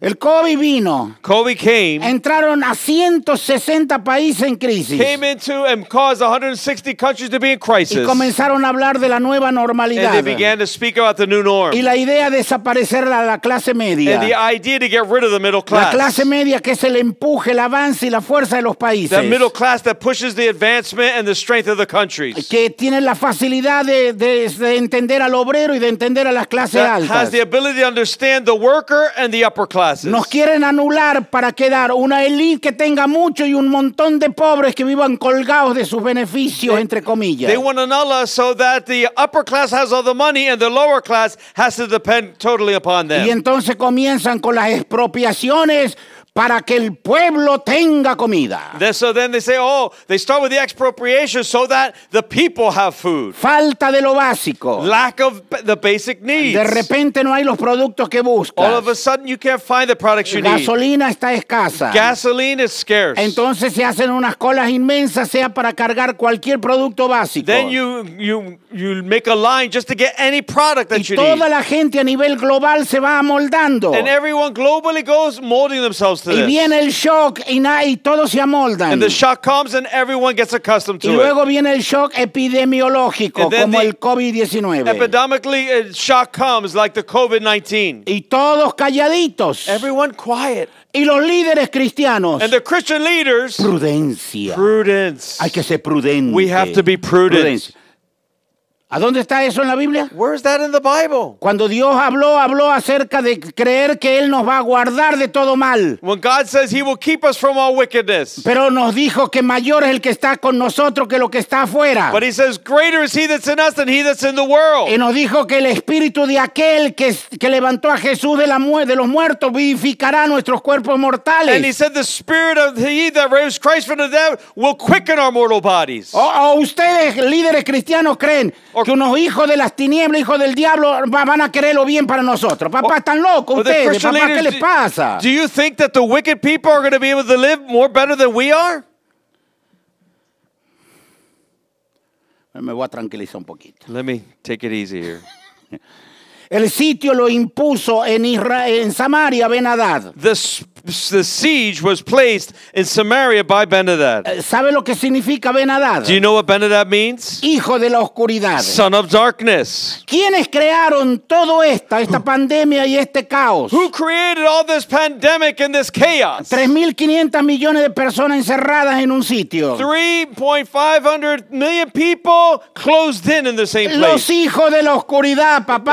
[SPEAKER 1] El COVID vino.
[SPEAKER 2] COVID came,
[SPEAKER 1] Entraron a 160 países en crisis.
[SPEAKER 2] came into and caused 160 countries to be in
[SPEAKER 1] Y
[SPEAKER 2] crisis. And
[SPEAKER 1] comenzaron a hablar de la nueva
[SPEAKER 2] they
[SPEAKER 1] normalidad.
[SPEAKER 2] began to speak about the new norm
[SPEAKER 1] Y la idea de desaparecer a la clase
[SPEAKER 2] and the
[SPEAKER 1] media.
[SPEAKER 2] idea to get rid of the middle
[SPEAKER 1] La
[SPEAKER 2] class.
[SPEAKER 1] clase media que es el empuje, el avance y la fuerza de los países.
[SPEAKER 2] That middle class that pushes the advancement and the strength of the countries.
[SPEAKER 1] Que tiene la facilidad de, de- de entender al obrero y de entender a las clases
[SPEAKER 2] That has
[SPEAKER 1] altas.
[SPEAKER 2] the ability to understand the worker and the upper classes.
[SPEAKER 1] Nos quieren anular para quedar una élite que tenga mucho y un montón de pobres que vivan colgados de sus beneficios, entre comillas.
[SPEAKER 2] They want to null us so that the upper class has all the money and the lower class has to depend totally upon
[SPEAKER 1] Y
[SPEAKER 2] them.
[SPEAKER 1] entonces comienzan con las expropiaciones para que el pueblo tenga comida.
[SPEAKER 2] Then- so then they say, oh, they start with the expropriation so that the people have food.
[SPEAKER 1] Falta de lo básico.
[SPEAKER 2] Lack of b- the basic needs.
[SPEAKER 1] De repente no hay los productos que
[SPEAKER 2] All
[SPEAKER 1] buscan.
[SPEAKER 2] of a sudden, you can't find the products you need.
[SPEAKER 1] Gasolina está escasa.
[SPEAKER 2] Gasoline is scarce.
[SPEAKER 1] Entonces se hacen unas colas inmensas, sea para cargar cualquier producto básico.
[SPEAKER 2] then you you you make a line just to get any product that
[SPEAKER 1] y
[SPEAKER 2] you
[SPEAKER 1] toda
[SPEAKER 2] need.
[SPEAKER 1] la gente a nivel global se va amoldando.
[SPEAKER 2] And everyone globally goes molding themselves to
[SPEAKER 1] Y
[SPEAKER 2] this.
[SPEAKER 1] viene el shock y, na- y todos se amoldan.
[SPEAKER 2] and the shock comes and everyone gets accustomed
[SPEAKER 1] Y
[SPEAKER 2] to it.
[SPEAKER 1] luego viene el shock epidemiológico,
[SPEAKER 2] And then
[SPEAKER 1] como
[SPEAKER 2] the
[SPEAKER 1] el COVID-19.
[SPEAKER 2] Epidemically, uh, shock comes like the COVID 19.
[SPEAKER 1] Y todos calladitos.
[SPEAKER 2] Everyone quiet.
[SPEAKER 1] Y los líderes cristianos.
[SPEAKER 2] And the Christian leaders,
[SPEAKER 1] Prudencia.
[SPEAKER 2] prudence.
[SPEAKER 1] Hay que ser prudente.
[SPEAKER 2] We have to be prudent.
[SPEAKER 1] Prudencia. ¿A dónde está eso en la Biblia?
[SPEAKER 2] Where's that in the Bible?
[SPEAKER 1] Cuando Dios habló, habló acerca de creer que Él nos va a guardar de todo mal.
[SPEAKER 2] When God says He will keep us from all wickedness,
[SPEAKER 1] Pero nos dijo que mayor es el que está con nosotros que lo que está afuera.
[SPEAKER 2] but He says, Greater is He that's in us than He that's in the world.
[SPEAKER 1] Y nos dijo que el espíritu de aquel que, que levantó a Jesús de, la mu- de los muertos vivificará nuestros cuerpos
[SPEAKER 2] and He
[SPEAKER 1] mortales.
[SPEAKER 2] said, The Spirit of He that raised Christ from the dead will quicken our mortal bodies.
[SPEAKER 1] O, o ustedes, líderes cristianos, creen
[SPEAKER 2] Or-
[SPEAKER 1] que unos hijos de las tinieblas, hijos del diablo, va- van a querer lo bien para nosotros. Papá, están locos
[SPEAKER 2] But the
[SPEAKER 1] ustedes.
[SPEAKER 2] Christian
[SPEAKER 1] Papá, ¿qué
[SPEAKER 2] leaders,
[SPEAKER 1] les pasa?
[SPEAKER 2] do, do you think that the wicked people are going to be able to live more better than we are?
[SPEAKER 1] Me voy a tranquilizar un poquito.
[SPEAKER 2] Let me take it easy here.
[SPEAKER 1] El sitio lo impuso en, Isra- en Samaria Benadad.
[SPEAKER 2] The, s- the siege was placed in Samaria by Benadad.
[SPEAKER 1] ¿Sabe lo que significa Benadad?
[SPEAKER 2] Do you know what Benadad means?
[SPEAKER 1] Hijo de la oscuridad.
[SPEAKER 2] Son of darkness.
[SPEAKER 1] ¿Quiénes crearon todo esta, esta pandemia y este caos?
[SPEAKER 2] Who created all this pandemic and this chaos?
[SPEAKER 1] 3.500 millones de personas encerradas en un sitio.
[SPEAKER 2] 3.500 million people closed in in the same
[SPEAKER 1] Los
[SPEAKER 2] place. It
[SPEAKER 1] hijos de la oscuridad,
[SPEAKER 2] was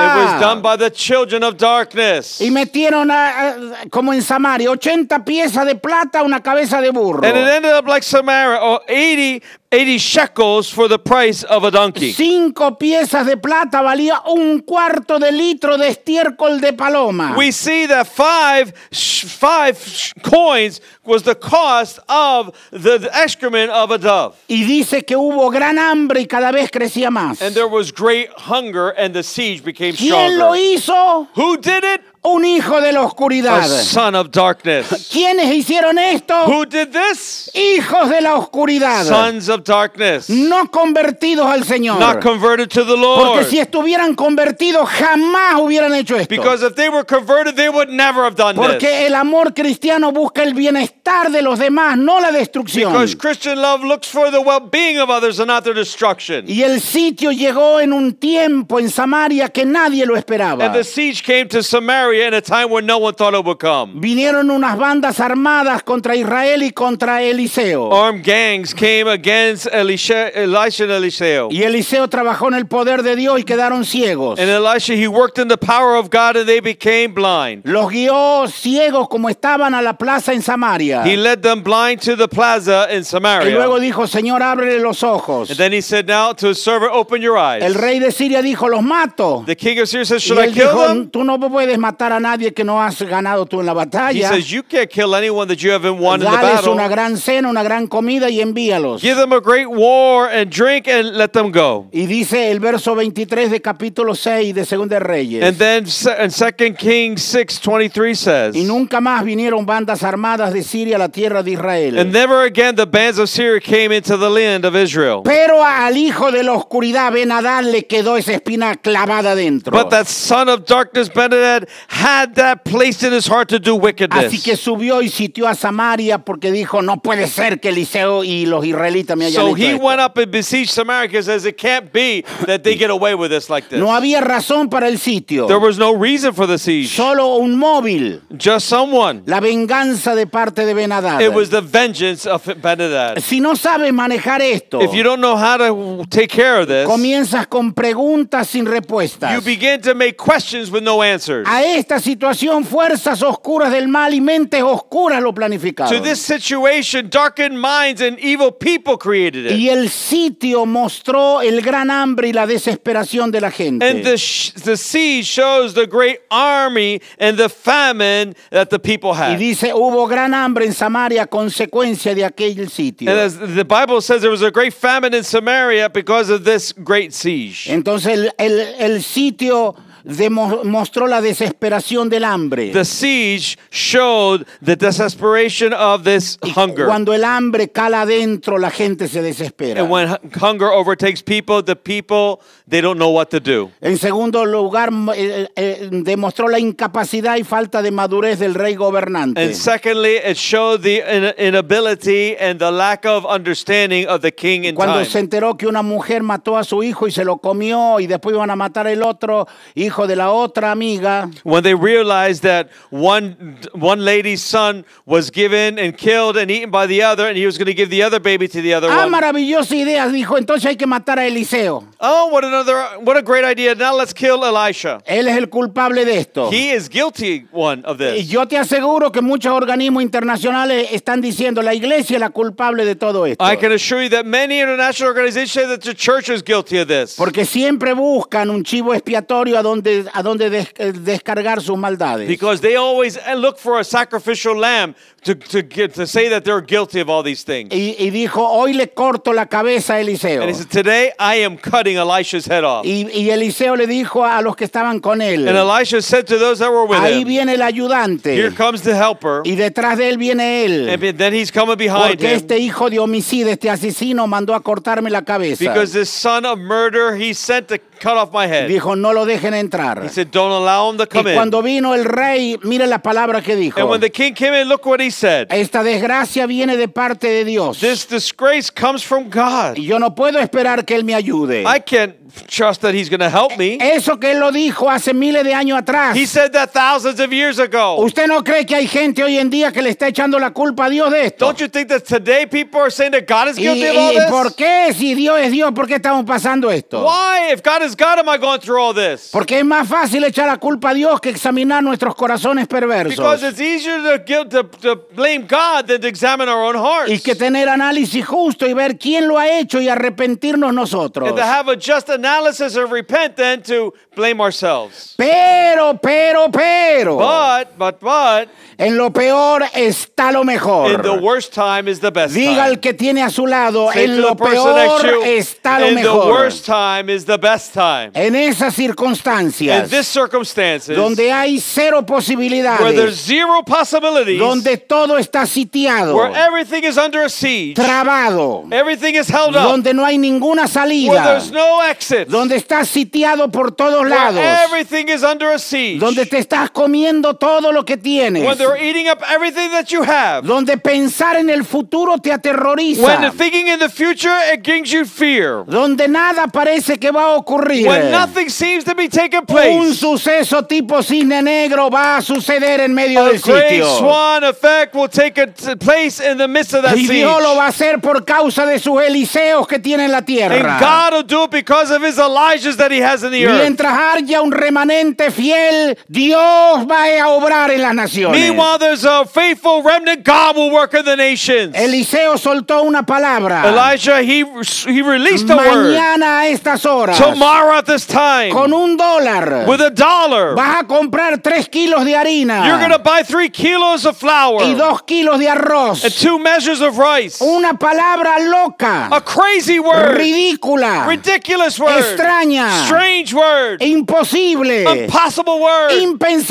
[SPEAKER 2] done
[SPEAKER 1] papá.
[SPEAKER 2] by the children of darkness.
[SPEAKER 1] Y metieron, a- a- como en Samaria, 80 piezas de plata, una cabeza de burro.
[SPEAKER 2] And it ended up like Samaria, or 80, 80 shekels for the price of a donkey.
[SPEAKER 1] Cinco piezas de plata valía un cuarto de litro de estiércol de paloma.
[SPEAKER 2] We see that five sh- five sh- coins was the cost of the, the excrement of a dove.
[SPEAKER 1] Y dice que hubo gran hambre y cada vez crecía más.
[SPEAKER 2] And there was great hunger, and the siege became
[SPEAKER 1] ¿Quién lo
[SPEAKER 2] stronger.
[SPEAKER 1] hizo?
[SPEAKER 2] Who did it?
[SPEAKER 1] Un hijo de la
[SPEAKER 2] A
[SPEAKER 1] oscuridad.
[SPEAKER 2] son of darkness.
[SPEAKER 1] ¿Quiénes hicieron esto?
[SPEAKER 2] Who did this?
[SPEAKER 1] Hijos de la oscuridad.
[SPEAKER 2] Sons of darkness.
[SPEAKER 1] No convertidos al
[SPEAKER 2] Not
[SPEAKER 1] Señor.
[SPEAKER 2] converted to the
[SPEAKER 1] Porque
[SPEAKER 2] Lord.
[SPEAKER 1] si estuvieran convertidos jamás hubieran hecho esto.
[SPEAKER 2] Because if they were converted, they would never have done this.
[SPEAKER 1] Porque el amor cristiano busca el bienestar de los demás, no la destrucción.
[SPEAKER 2] Because Christian love looks for the well being of others and not their destruction.
[SPEAKER 1] Y el sitio llegó en un tiempo en Samaria que nadie lo esperaba.
[SPEAKER 2] And the siege came to Samaria area in a time when no one thought it would come.
[SPEAKER 1] Vinieron unas bandas armadas contra Israel y contra Eliseo.
[SPEAKER 2] Armed gangs came against Elisha, Elisha and Eliseo.
[SPEAKER 1] Y Eliseo trabajó en el poder de Dios y quedaron ciegos.
[SPEAKER 2] And Elisha, he worked in the power of God and they became blind.
[SPEAKER 1] Los guió ciegos como estaban a la plaza en Samaria.
[SPEAKER 2] He led them blind to the plaza in
[SPEAKER 1] Y luego
[SPEAKER 2] Samaria.
[SPEAKER 1] dijo, Señor, ábrele los ojos.
[SPEAKER 2] And then he said now to his servant, open your
[SPEAKER 1] El
[SPEAKER 2] eyes.
[SPEAKER 1] rey de Siria dijo, los mato.
[SPEAKER 2] The king of Syria says,
[SPEAKER 1] Y
[SPEAKER 2] should I
[SPEAKER 1] él
[SPEAKER 2] kill
[SPEAKER 1] dijo,
[SPEAKER 2] them?
[SPEAKER 1] tú no puedes matar a nadie que no has ganado tú en la
[SPEAKER 2] He
[SPEAKER 1] batalla.
[SPEAKER 2] says, you can't kill anyone that you haven't won in the
[SPEAKER 1] Dales una
[SPEAKER 2] battle.
[SPEAKER 1] gran cena, una gran comida y envíalos.
[SPEAKER 2] Give them a great war and drink and let them go.
[SPEAKER 1] Y dice el verso 23 de capítulo 6 de Segunda de Reyes.
[SPEAKER 2] And then se- and 2 Kings 6.23 says,
[SPEAKER 1] y nunca más vinieron bandas armadas de Siria a la tierra de Israel.
[SPEAKER 2] And never again the bands of Syria came into the land of Israel.
[SPEAKER 1] Pero al hijo de la oscuridad, Benadad, le quedó esa espina clavada dentro.
[SPEAKER 2] But that son of darkness, Benadad, had that placed in his heart to do
[SPEAKER 1] Así que
[SPEAKER 2] wickedness.
[SPEAKER 1] subió y sitió a Samaria porque dijo, no puede ser que Eliseo y los israelitas me hayan
[SPEAKER 2] So
[SPEAKER 1] hecho
[SPEAKER 2] he
[SPEAKER 1] esto".
[SPEAKER 2] went up and besieged Samaria because says it can't be that they get away with this like
[SPEAKER 1] No
[SPEAKER 2] this.
[SPEAKER 1] había razón para el sitio.
[SPEAKER 2] There was no reason for the siege.
[SPEAKER 1] Solo un móvil.
[SPEAKER 2] Just someone.
[SPEAKER 1] La venganza de parte de Benadad.
[SPEAKER 2] It was the vengeance of Benadad.
[SPEAKER 1] Si no sabes manejar esto,
[SPEAKER 2] If you don't know how to take care of this,
[SPEAKER 1] comienzas con preguntas sin
[SPEAKER 2] you
[SPEAKER 1] respuestas.
[SPEAKER 2] begin to make questions with no answers.
[SPEAKER 1] A esta situación, fuerzas oscuras del mal y mentes oscuras lo
[SPEAKER 2] To
[SPEAKER 1] planificaron.
[SPEAKER 2] this situation, darkened minds and evil people created it.
[SPEAKER 1] Y el sitio mostró el gran hambre y la desesperación de la
[SPEAKER 2] And
[SPEAKER 1] gente.
[SPEAKER 2] the, sh- the sea shows the great army and the famine that the people
[SPEAKER 1] Y
[SPEAKER 2] had.
[SPEAKER 1] dice, hubo gran hambre en Samaria a consecuencia de aquel sitio.
[SPEAKER 2] And as the Bible says, there was a great famine in Samaria because of this great siege.
[SPEAKER 1] Entonces el, el- el sitio demo- mostró la desesperación del hambre.
[SPEAKER 2] The siege showed the desperation of this hunger.
[SPEAKER 1] Cuando el hambre cala adentro, la gente se desespera.
[SPEAKER 2] And when hu- hunger overtakes people, the people, they don't know what to do.
[SPEAKER 1] En segundo lugar, mo- eh, eh, demostró la incapacidad y falta de madurez del rey gobernante.
[SPEAKER 2] And secondly, it showed the in- inability and the lack of understanding of the king in
[SPEAKER 1] Cuando
[SPEAKER 2] time.
[SPEAKER 1] se enteró que una mujer mató a su hijo y se lo comió y después iban a matar el otro hijo de la otra amiga,
[SPEAKER 2] when they realized that one one lady's son was given and killed and eaten by the other, and he was going to give the other baby to the other
[SPEAKER 1] ah,
[SPEAKER 2] one.
[SPEAKER 1] maravillosa idea, dijo, entonces hay que matar a Eliseo.
[SPEAKER 2] Oh, what another! What a great idea! Now let's kill Elisha.
[SPEAKER 1] Él es el culpable de esto.
[SPEAKER 2] He is guilty one of
[SPEAKER 1] Y
[SPEAKER 2] this.
[SPEAKER 1] yo te aseguro que muchos organismos internacionales están diciendo la iglesia es la culpable de todo esto.
[SPEAKER 2] I can assure you that many international organizations say that the church is guilty of this
[SPEAKER 1] Porque siempre buscan un chivo expiatorio a donde, a donde des- eh, descargar sus maldades.
[SPEAKER 2] because they always eh, look for a sacrificial lamb to to get, to say that they're guilty of all these things.
[SPEAKER 1] y, y dijo, hoy le corto la cabeza a Eliseo.
[SPEAKER 2] And he said, "Today I am cutting Elisha's head off."
[SPEAKER 1] Y, y Eliseo le dijo a los que estaban con él,
[SPEAKER 2] And Elisha said to those that were with
[SPEAKER 1] ahí
[SPEAKER 2] him,
[SPEAKER 1] viene el ayudante
[SPEAKER 2] "Here comes the helper."
[SPEAKER 1] y detrás de él viene
[SPEAKER 2] And
[SPEAKER 1] él.
[SPEAKER 2] be- then he's coming behind
[SPEAKER 1] Porque
[SPEAKER 2] him.
[SPEAKER 1] este hijo de homicida, este asesino, mandó a cortarme la cabeza.
[SPEAKER 2] Because this son of murder, he sent to cut off my head.
[SPEAKER 1] Dijo, no lo dejen entrar.
[SPEAKER 2] He said, Don't allow him to come
[SPEAKER 1] Y
[SPEAKER 2] in.
[SPEAKER 1] cuando vino el rey, mira las palabras que dijo.
[SPEAKER 2] And when the king came in, look what he said.
[SPEAKER 1] Esta desgracia viene de parte de Dios.
[SPEAKER 2] This disgrace comes from God.
[SPEAKER 1] Y yo no puedo esperar que él me ayude.
[SPEAKER 2] I can't trust that he's going to help me.
[SPEAKER 1] Eso que él lo dijo hace miles de años atrás.
[SPEAKER 2] He said that thousands of years ago.
[SPEAKER 1] ¿Usted no cree que hay gente hoy en día que le está echando la culpa a Dios de esto?
[SPEAKER 2] Don't you think that today people are saying that God is
[SPEAKER 1] ¿Y,
[SPEAKER 2] guilty of all
[SPEAKER 1] y por
[SPEAKER 2] this?
[SPEAKER 1] qué? Si Dios es Dios, ¿por qué estamos pasando esto?
[SPEAKER 2] Why? If God is God, am I going through all this?
[SPEAKER 1] Porque es más fácil echar la culpa a Dios que examinar nuestros corazones
[SPEAKER 2] Because
[SPEAKER 1] perversos.
[SPEAKER 2] it's easier to, guilt, to, to blame God than to examine our own hearts.
[SPEAKER 1] Y que tener análisis justo y ver quién lo ha hecho y arrepentirnos nosotros.
[SPEAKER 2] and to have a just analysis of repent than to blame ourselves.
[SPEAKER 1] Pero, pero, pero.
[SPEAKER 2] But, but, but,
[SPEAKER 1] En lo peor está lo
[SPEAKER 2] in the
[SPEAKER 1] mejor.
[SPEAKER 2] worst time is the best
[SPEAKER 1] Diga
[SPEAKER 2] time.
[SPEAKER 1] al que tiene a su lado,
[SPEAKER 2] Say
[SPEAKER 1] en
[SPEAKER 2] to the
[SPEAKER 1] lo
[SPEAKER 2] person
[SPEAKER 1] peor
[SPEAKER 2] next to you,
[SPEAKER 1] está lo
[SPEAKER 2] in the
[SPEAKER 1] mejor.
[SPEAKER 2] worst time is the best time.
[SPEAKER 1] En esas
[SPEAKER 2] In
[SPEAKER 1] circunstancias,
[SPEAKER 2] this circumstances,
[SPEAKER 1] donde hay cero
[SPEAKER 2] where there's
[SPEAKER 1] posibilidades,
[SPEAKER 2] zero possibilities,
[SPEAKER 1] donde todo está sitiado,
[SPEAKER 2] where everything is under a siege,
[SPEAKER 1] trabado,
[SPEAKER 2] everything is held up,
[SPEAKER 1] donde no hay ninguna
[SPEAKER 2] where
[SPEAKER 1] salida,
[SPEAKER 2] there's no sits.
[SPEAKER 1] donde estás sitiado por todos
[SPEAKER 2] Where
[SPEAKER 1] lados,
[SPEAKER 2] everything is under a siege.
[SPEAKER 1] donde te estás comiendo todo lo que tienes,
[SPEAKER 2] when they're eating up everything that you have.
[SPEAKER 1] donde pensar en el futuro te
[SPEAKER 2] When
[SPEAKER 1] aterroriza,
[SPEAKER 2] the thinking in the future, it gives you fear.
[SPEAKER 1] donde nada parece que va a ocurrir.
[SPEAKER 2] When nothing seems to be taking
[SPEAKER 1] Un
[SPEAKER 2] place,
[SPEAKER 1] suceso tipo cisne negro va a suceder en medio
[SPEAKER 2] a
[SPEAKER 1] del
[SPEAKER 2] great
[SPEAKER 1] sitio.
[SPEAKER 2] swan effect will take a t- place in the midst of that
[SPEAKER 1] Y
[SPEAKER 2] siege.
[SPEAKER 1] Dios lo va a hacer por causa de sus Eliseos que tiene en la
[SPEAKER 2] And
[SPEAKER 1] tierra.
[SPEAKER 2] God will do it because of his Elijahs that he has in the earth.
[SPEAKER 1] Mientras haya un remanente fiel, Dios va a obrar en las naciones.
[SPEAKER 2] Meanwhile, there's a faithful remnant. God will work in the nations.
[SPEAKER 1] Eliseo soltó una palabra.
[SPEAKER 2] Elijah, he, he released a word.
[SPEAKER 1] Mañana a estas horas,
[SPEAKER 2] Tomorrow at this time,
[SPEAKER 1] con un dólar,
[SPEAKER 2] with a dollar,
[SPEAKER 1] vas a comprar tres kilos de
[SPEAKER 2] you're going to
[SPEAKER 1] harina
[SPEAKER 2] buy three kilos of
[SPEAKER 1] y
[SPEAKER 2] flour
[SPEAKER 1] dos kilos de
[SPEAKER 2] and
[SPEAKER 1] arroz.
[SPEAKER 2] two measures of rice.
[SPEAKER 1] Una palabra loca,
[SPEAKER 2] A crazy word.
[SPEAKER 1] ridícula,
[SPEAKER 2] Ridiculous word.
[SPEAKER 1] Extraña.
[SPEAKER 2] Strange word.
[SPEAKER 1] imposible,
[SPEAKER 2] Impossible word.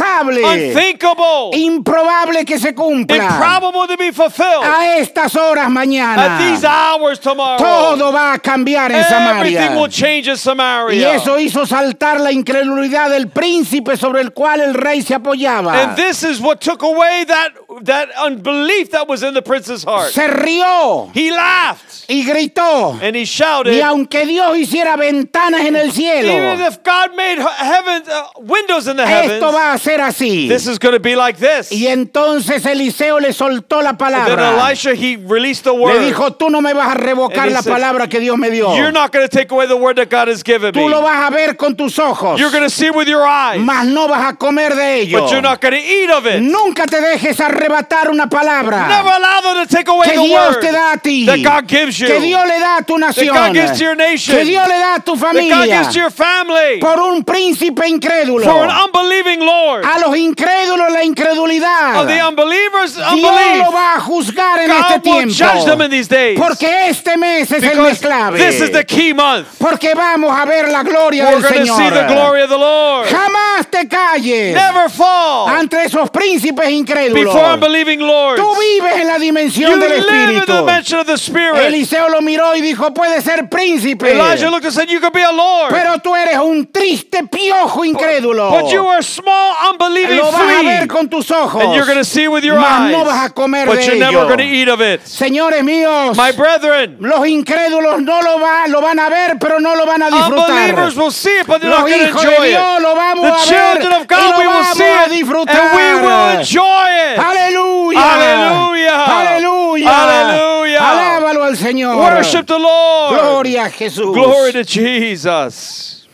[SPEAKER 1] impensable,
[SPEAKER 2] Unthinkable.
[SPEAKER 1] improbable que se cumpla.
[SPEAKER 2] Improbable to be fulfilled.
[SPEAKER 1] A estas horas
[SPEAKER 2] At these
[SPEAKER 1] mañana,
[SPEAKER 2] hours tomorrow.
[SPEAKER 1] todo va a cambiar en
[SPEAKER 2] Everything
[SPEAKER 1] Samaria.
[SPEAKER 2] will change in
[SPEAKER 1] Y
[SPEAKER 2] Samaria.
[SPEAKER 1] eso hizo saltar la incredulidad del príncipe sobre el cual el rey se apoyaba.
[SPEAKER 2] And this is what took away that, that unbelief that was in the prince's heart.
[SPEAKER 1] Se rió
[SPEAKER 2] He laughed
[SPEAKER 1] y gritó.
[SPEAKER 2] and he shouted,
[SPEAKER 1] Y aunque Dios hiciera ventanas en el
[SPEAKER 2] even
[SPEAKER 1] cielo,
[SPEAKER 2] if God made he- heaven, uh, windows in the heavens,
[SPEAKER 1] esto va a ser así.
[SPEAKER 2] this is going to be like this.
[SPEAKER 1] Y entonces Eliseo le soltó la
[SPEAKER 2] Then
[SPEAKER 1] palabra.
[SPEAKER 2] Elisha, he released the
[SPEAKER 1] Le
[SPEAKER 2] word.
[SPEAKER 1] dijo, tú no me vas a revocar
[SPEAKER 2] And he
[SPEAKER 1] la
[SPEAKER 2] said,
[SPEAKER 1] palabra que Dios me dio.
[SPEAKER 2] You're not going to take away the word that God has given me.
[SPEAKER 1] Tú lo vas a ver con tus ojos,
[SPEAKER 2] You're going to see it with your eyes,
[SPEAKER 1] mas no vas a comer de ello.
[SPEAKER 2] but you're not going to eat of it.
[SPEAKER 1] Nunca te dejes arrebatar una
[SPEAKER 2] Never
[SPEAKER 1] palabra
[SPEAKER 2] allow them to take away
[SPEAKER 1] que
[SPEAKER 2] the
[SPEAKER 1] Dios
[SPEAKER 2] word
[SPEAKER 1] te da a ti,
[SPEAKER 2] that God gives you,
[SPEAKER 1] que Dios le da a tu nación,
[SPEAKER 2] God gives to your nation,
[SPEAKER 1] que Dios le da a tu
[SPEAKER 2] that God
[SPEAKER 1] familia,
[SPEAKER 2] gives to your family,
[SPEAKER 1] por un príncipe incrédulo.
[SPEAKER 2] for an unbelieving Lord.
[SPEAKER 1] A los incrédulos la incredulidad.
[SPEAKER 2] Of the unbelievers,
[SPEAKER 1] Ah. Dios
[SPEAKER 2] unbelief.
[SPEAKER 1] lo va a juzgar en este
[SPEAKER 2] God will judge them in
[SPEAKER 1] tiempo.
[SPEAKER 2] these days.
[SPEAKER 1] Porque este mes es el mes
[SPEAKER 2] Because
[SPEAKER 1] clave.
[SPEAKER 2] this is the key month.
[SPEAKER 1] Porque vamos a ver la gloria
[SPEAKER 2] We're
[SPEAKER 1] del
[SPEAKER 2] going to see the
[SPEAKER 1] Señor.
[SPEAKER 2] glory of the Lord.
[SPEAKER 1] Jamás te calles
[SPEAKER 2] Never fall
[SPEAKER 1] ante esos príncipes incrédulos.
[SPEAKER 2] before unbelieving lords.
[SPEAKER 1] Tú
[SPEAKER 2] You
[SPEAKER 1] vives en la dimensión del
[SPEAKER 2] live in the
[SPEAKER 1] Espíritu.
[SPEAKER 2] dimension of the Spirit.
[SPEAKER 1] Eliseo lo miró y dijo, puede ser príncipe,
[SPEAKER 2] Elijah looked and said, You could be a Lord.
[SPEAKER 1] pero tú eres un triste piojo incrédulo.
[SPEAKER 2] But you are small, unbelieving
[SPEAKER 1] Lo vas a ver
[SPEAKER 2] flea.
[SPEAKER 1] con tus ojos.
[SPEAKER 2] And you're going to see with your
[SPEAKER 1] mas
[SPEAKER 2] eyes.
[SPEAKER 1] no vas a comer
[SPEAKER 2] But
[SPEAKER 1] de
[SPEAKER 2] you're never
[SPEAKER 1] ello.
[SPEAKER 2] going to eat of it.
[SPEAKER 1] Señores míos,
[SPEAKER 2] My brethren,
[SPEAKER 1] los incrédulos no lo, va, lo van a ver, pero no lo van a disfrutar.
[SPEAKER 2] unbelievers will see it, but they're
[SPEAKER 1] Los
[SPEAKER 2] not going to
[SPEAKER 1] hijos de
[SPEAKER 2] enjoy
[SPEAKER 1] Dios
[SPEAKER 2] it.
[SPEAKER 1] lo vamos
[SPEAKER 2] The
[SPEAKER 1] a ver
[SPEAKER 2] children of
[SPEAKER 1] y
[SPEAKER 2] God,
[SPEAKER 1] lo
[SPEAKER 2] we will
[SPEAKER 1] vamos
[SPEAKER 2] see
[SPEAKER 1] a
[SPEAKER 2] it. And we will
[SPEAKER 1] disfrutar.
[SPEAKER 2] enjoy it.
[SPEAKER 1] Aleluya.
[SPEAKER 2] Aleluya.
[SPEAKER 1] Aleluya.
[SPEAKER 2] Aleluya.
[SPEAKER 1] Alábalo al Señor.
[SPEAKER 2] Worship the Lord.
[SPEAKER 1] Gloria a Jesús.
[SPEAKER 2] Glory to Jesus.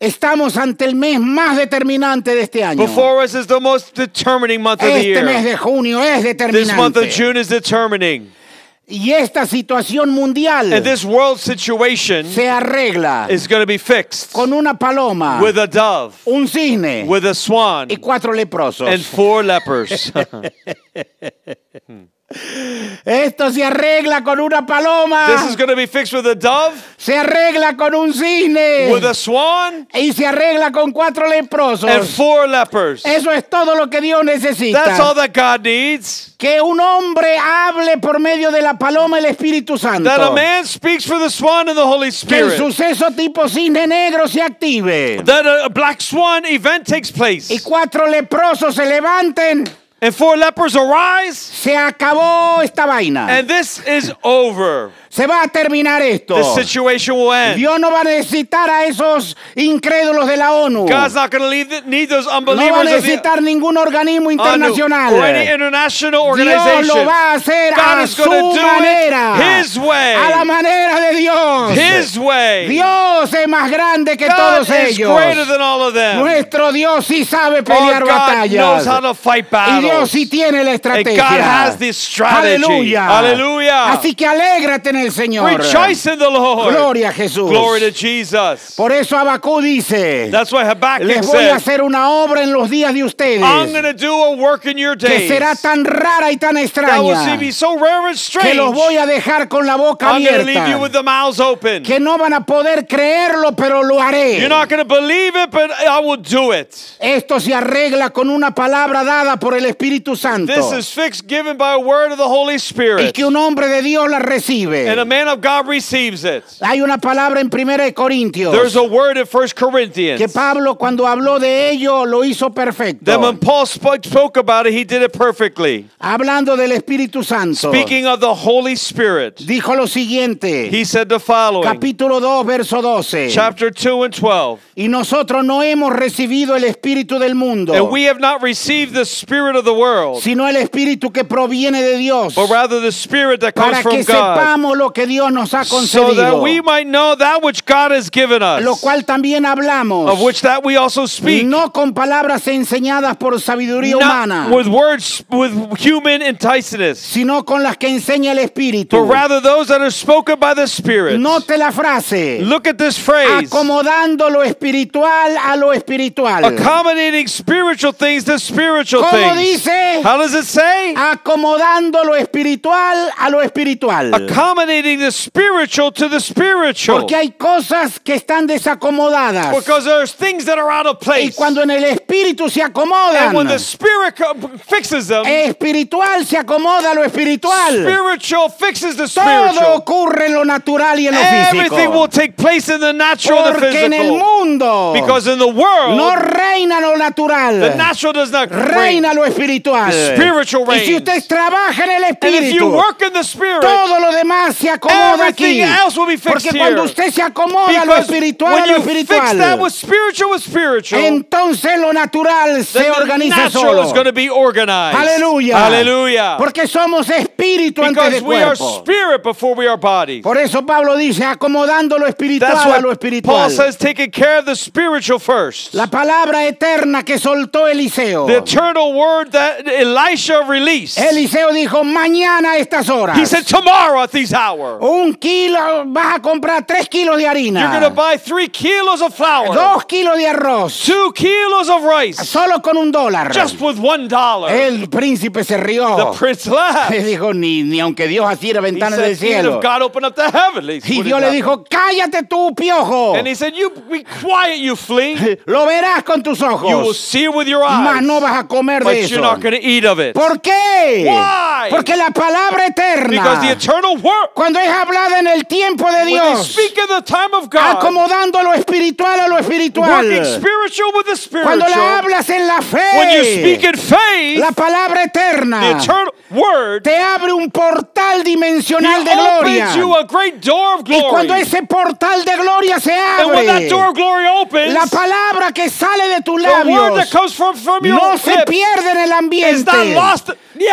[SPEAKER 1] Estamos ante el mes más determinante de este año.
[SPEAKER 2] Before us is the most determining month of the
[SPEAKER 1] este mes
[SPEAKER 2] year.
[SPEAKER 1] de junio es
[SPEAKER 2] This month of
[SPEAKER 1] determinante.
[SPEAKER 2] June is determining.
[SPEAKER 1] Y esta situación mundial
[SPEAKER 2] And this world situation
[SPEAKER 1] se arregla
[SPEAKER 2] is going to be fixed
[SPEAKER 1] con una paloma,
[SPEAKER 2] with a dove,
[SPEAKER 1] un cisne
[SPEAKER 2] with a swan,
[SPEAKER 1] y cuatro leprosos.
[SPEAKER 2] and four lepers.
[SPEAKER 1] Esto se arregla con una paloma.
[SPEAKER 2] This is going to be fixed with a dove,
[SPEAKER 1] Se arregla con un cisne.
[SPEAKER 2] with a swan,
[SPEAKER 1] Y se arregla con cuatro leprosos.
[SPEAKER 2] and four lepers.
[SPEAKER 1] Eso es todo lo que Dios
[SPEAKER 2] That's all
[SPEAKER 1] necesita.
[SPEAKER 2] that God needs.
[SPEAKER 1] Que un hombre hable por medio de la paloma el Espíritu
[SPEAKER 2] That a
[SPEAKER 1] Santo.
[SPEAKER 2] man speaks for the swan and the Holy
[SPEAKER 1] Que el
[SPEAKER 2] Spirit.
[SPEAKER 1] suceso tipo cisne negro se active.
[SPEAKER 2] That a a black swan event takes
[SPEAKER 1] Y
[SPEAKER 2] place.
[SPEAKER 1] cuatro leprosos se levanten.
[SPEAKER 2] And four lepers arise.
[SPEAKER 1] Se acabó esta vaina.
[SPEAKER 2] And this is over.
[SPEAKER 1] Se va a terminar esto.
[SPEAKER 2] This situation will end.
[SPEAKER 1] Dios no va a necesitar a esos incrédulos de la ONU.
[SPEAKER 2] God's not going to leave, th- need those
[SPEAKER 1] No va a
[SPEAKER 2] unbelievers of the
[SPEAKER 1] necesitar ningún organismo
[SPEAKER 2] or any
[SPEAKER 1] internacional.
[SPEAKER 2] international
[SPEAKER 1] Dios
[SPEAKER 2] organization.
[SPEAKER 1] lo va a hacer
[SPEAKER 2] God
[SPEAKER 1] a
[SPEAKER 2] is
[SPEAKER 1] su
[SPEAKER 2] gonna do it
[SPEAKER 1] manera.
[SPEAKER 2] His way.
[SPEAKER 1] A la manera de Dios.
[SPEAKER 2] His way.
[SPEAKER 1] Dios es más grande que
[SPEAKER 2] God
[SPEAKER 1] todos
[SPEAKER 2] is
[SPEAKER 1] ellos.
[SPEAKER 2] greater than all of them.
[SPEAKER 1] Nuestro Dios sí sabe
[SPEAKER 2] Our
[SPEAKER 1] pelear
[SPEAKER 2] God knows how
[SPEAKER 1] batallas.
[SPEAKER 2] to fight
[SPEAKER 1] Y Dios
[SPEAKER 2] battles.
[SPEAKER 1] sí tiene la
[SPEAKER 2] and
[SPEAKER 1] estrategia.
[SPEAKER 2] God has this strategy.
[SPEAKER 1] Aleluya.
[SPEAKER 2] Hallelujah.
[SPEAKER 1] Así que alégrate en el Señor.
[SPEAKER 2] Rejoice in the Lord.
[SPEAKER 1] Gloria a Jesús.
[SPEAKER 2] Glory to Jesus.
[SPEAKER 1] Por eso Abacú dice,
[SPEAKER 2] That's why Habakkuk
[SPEAKER 1] les voy a
[SPEAKER 2] says,
[SPEAKER 1] hacer una obra en los días de
[SPEAKER 2] I'm going
[SPEAKER 1] ustedes
[SPEAKER 2] to do a work in your
[SPEAKER 1] que
[SPEAKER 2] days
[SPEAKER 1] será tan rara y tan
[SPEAKER 2] that will
[SPEAKER 1] extraña
[SPEAKER 2] be so rare and strange.
[SPEAKER 1] que los voy a dejar con la boca
[SPEAKER 2] I'm going to leave you
[SPEAKER 1] abierta.
[SPEAKER 2] with the mouths open.
[SPEAKER 1] Que no van a poder creerlo, pero lo haré.
[SPEAKER 2] You're not going to believe it, but I will do it.
[SPEAKER 1] Esto se arregla con una palabra dada por el Espíritu Santo.
[SPEAKER 2] This is fixed, given by a word of the Holy
[SPEAKER 1] Y
[SPEAKER 2] Spirit.
[SPEAKER 1] que un hombre de Dios la recibe.
[SPEAKER 2] And a man of God receives it.
[SPEAKER 1] Hay una palabra en 1
[SPEAKER 2] There's
[SPEAKER 1] Corintios
[SPEAKER 2] a word in 1 Corinthians
[SPEAKER 1] que Pablo cuando habló de ello lo hizo
[SPEAKER 2] that
[SPEAKER 1] perfecto.
[SPEAKER 2] when Paul spoke, spoke about it, he did it perfectly.
[SPEAKER 1] Hablando del Espíritu Santo,
[SPEAKER 2] Speaking of the Holy Spirit,
[SPEAKER 1] dijo lo siguiente,
[SPEAKER 2] he said the following
[SPEAKER 1] capítulo 2, verso 12.
[SPEAKER 2] chapter 2 and 12.
[SPEAKER 1] Y nosotros no hemos recibido el Espíritu del mundo,
[SPEAKER 2] And we have not received the Spirit of the world,
[SPEAKER 1] sino el Espíritu que proviene de Dios,
[SPEAKER 2] but rather the Spirit that comes
[SPEAKER 1] para
[SPEAKER 2] from
[SPEAKER 1] que
[SPEAKER 2] God.
[SPEAKER 1] sepamos lo que Dios nos ha
[SPEAKER 2] So that
[SPEAKER 1] concedido,
[SPEAKER 2] we might know that which God has given
[SPEAKER 1] lo
[SPEAKER 2] us,
[SPEAKER 1] cual también hablamos,
[SPEAKER 2] of which that we also speak.
[SPEAKER 1] no con palabras enseñadas por sabiduría humana,
[SPEAKER 2] Not with words, with human enticedness,
[SPEAKER 1] sino con las que enseña el
[SPEAKER 2] but
[SPEAKER 1] Espíritu.
[SPEAKER 2] rather those that are spoken by the Spirit.
[SPEAKER 1] Note la frase,
[SPEAKER 2] Look at this phrase.
[SPEAKER 1] Ah, acomodando lo espiritual a lo espiritual.
[SPEAKER 2] Accommodating spiritual things to spiritual
[SPEAKER 1] ¿Cómo
[SPEAKER 2] things.
[SPEAKER 1] dice?
[SPEAKER 2] How does it say?
[SPEAKER 1] Acomodando lo espiritual a lo espiritual.
[SPEAKER 2] Accommodating the spiritual to the spiritual.
[SPEAKER 1] Porque hay cosas que están desacomodadas.
[SPEAKER 2] Because there's things that are out of
[SPEAKER 1] Y
[SPEAKER 2] place.
[SPEAKER 1] cuando en el espíritu se acomodan,
[SPEAKER 2] And when the spirit co- fixes them,
[SPEAKER 1] espiritual se acomoda a lo espiritual.
[SPEAKER 2] spiritual fixes the
[SPEAKER 1] Todo
[SPEAKER 2] spiritual.
[SPEAKER 1] ocurre en lo natural y en lo
[SPEAKER 2] Everything will
[SPEAKER 1] físico.
[SPEAKER 2] take place in the natural and the
[SPEAKER 1] Porque en el
[SPEAKER 2] physical.
[SPEAKER 1] mundo
[SPEAKER 2] Because in the world,
[SPEAKER 1] no reina lo
[SPEAKER 2] the
[SPEAKER 1] natural,
[SPEAKER 2] natural does not reign.
[SPEAKER 1] reina lo espiritual.
[SPEAKER 2] The spiritual
[SPEAKER 1] Y si
[SPEAKER 2] reigns.
[SPEAKER 1] usted trabaja en el
[SPEAKER 2] And if you
[SPEAKER 1] espíritu,
[SPEAKER 2] work in the spirit,
[SPEAKER 1] todo lo demás se acomoda aquí.
[SPEAKER 2] Everything else will be fixed
[SPEAKER 1] Porque cuando
[SPEAKER 2] here.
[SPEAKER 1] usted se acomoda a lo
[SPEAKER 2] because
[SPEAKER 1] espiritual, a
[SPEAKER 2] when
[SPEAKER 1] lo
[SPEAKER 2] you fix that
[SPEAKER 1] espiritual,
[SPEAKER 2] with spiritual with spiritual,
[SPEAKER 1] entonces lo natural se
[SPEAKER 2] then the
[SPEAKER 1] organiza
[SPEAKER 2] natural is
[SPEAKER 1] solo.
[SPEAKER 2] going to be organized.
[SPEAKER 1] Aleluya.
[SPEAKER 2] Hallelujah.
[SPEAKER 1] Porque somos espíritu antes de
[SPEAKER 2] Because we are
[SPEAKER 1] cuerpo.
[SPEAKER 2] spirit before we are body.
[SPEAKER 1] Por eso Pablo dice, acomodando lo espiritual
[SPEAKER 2] That's
[SPEAKER 1] a lo
[SPEAKER 2] why Paul
[SPEAKER 1] espiritual.
[SPEAKER 2] says taking care of the spiritual first.
[SPEAKER 1] La palabra eterna que soltó Eliseo.
[SPEAKER 2] The eternal word that Elisha released.
[SPEAKER 1] Eliseo dijo, mañana a estas horas.
[SPEAKER 2] He said, Tomorrow at these hours,
[SPEAKER 1] un kilo, vas a comprar tres kilos de
[SPEAKER 2] you're going to
[SPEAKER 1] harina.
[SPEAKER 2] buy three kilos of flour,
[SPEAKER 1] Dos kilos de arroz.
[SPEAKER 2] two kilos of rice,
[SPEAKER 1] Solo con un dólar.
[SPEAKER 2] just with one dollar.
[SPEAKER 1] El príncipe se
[SPEAKER 2] The
[SPEAKER 1] rió.
[SPEAKER 2] prince laughed.
[SPEAKER 1] Le dijo, ni, ni aunque Dios así
[SPEAKER 2] He
[SPEAKER 1] ventanas
[SPEAKER 2] said,
[SPEAKER 1] del
[SPEAKER 2] "Even
[SPEAKER 1] cielo.
[SPEAKER 2] if God opened up the heavens.
[SPEAKER 1] Y
[SPEAKER 2] would it
[SPEAKER 1] Dios le
[SPEAKER 2] happen?"
[SPEAKER 1] dijo, cállate tú, piojo.
[SPEAKER 2] And he said, You be quiet, you flea. You
[SPEAKER 1] Lo verás con tus
[SPEAKER 2] will
[SPEAKER 1] ojos.
[SPEAKER 2] see with your
[SPEAKER 1] Mas
[SPEAKER 2] eyes,
[SPEAKER 1] no vas a comer de
[SPEAKER 2] but you're
[SPEAKER 1] eso.
[SPEAKER 2] not going to eat of it.
[SPEAKER 1] ¿Por qué?
[SPEAKER 2] Why?
[SPEAKER 1] Porque la palabra
[SPEAKER 2] Because
[SPEAKER 1] eterna,
[SPEAKER 2] the eternal word,
[SPEAKER 1] cuando es hablada en el tiempo de
[SPEAKER 2] when they
[SPEAKER 1] Dios, Ah,
[SPEAKER 2] speak in the time of God,
[SPEAKER 1] acomodando lo espiritual a lo
[SPEAKER 2] working
[SPEAKER 1] espiritual,
[SPEAKER 2] spiritual with the
[SPEAKER 1] cuando la
[SPEAKER 2] spiritual,
[SPEAKER 1] hablas en la
[SPEAKER 2] when you speak
[SPEAKER 1] fe,
[SPEAKER 2] in faith,
[SPEAKER 1] la palabra
[SPEAKER 2] the
[SPEAKER 1] eterna
[SPEAKER 2] eternal word,
[SPEAKER 1] te abre un portal
[SPEAKER 2] he
[SPEAKER 1] dimensional de
[SPEAKER 2] opens you
[SPEAKER 1] gloria.
[SPEAKER 2] a great door of
[SPEAKER 1] Y cuando
[SPEAKER 2] glory.
[SPEAKER 1] ese portal de gloria se
[SPEAKER 2] And when that
[SPEAKER 1] abre,
[SPEAKER 2] door of glory opens,
[SPEAKER 1] la palabra que sale de tus
[SPEAKER 2] the word that
[SPEAKER 1] labios
[SPEAKER 2] comes from, from your
[SPEAKER 1] no se
[SPEAKER 2] lips
[SPEAKER 1] pierde en el
[SPEAKER 2] is not
[SPEAKER 1] ambiente.
[SPEAKER 2] lost in the
[SPEAKER 1] se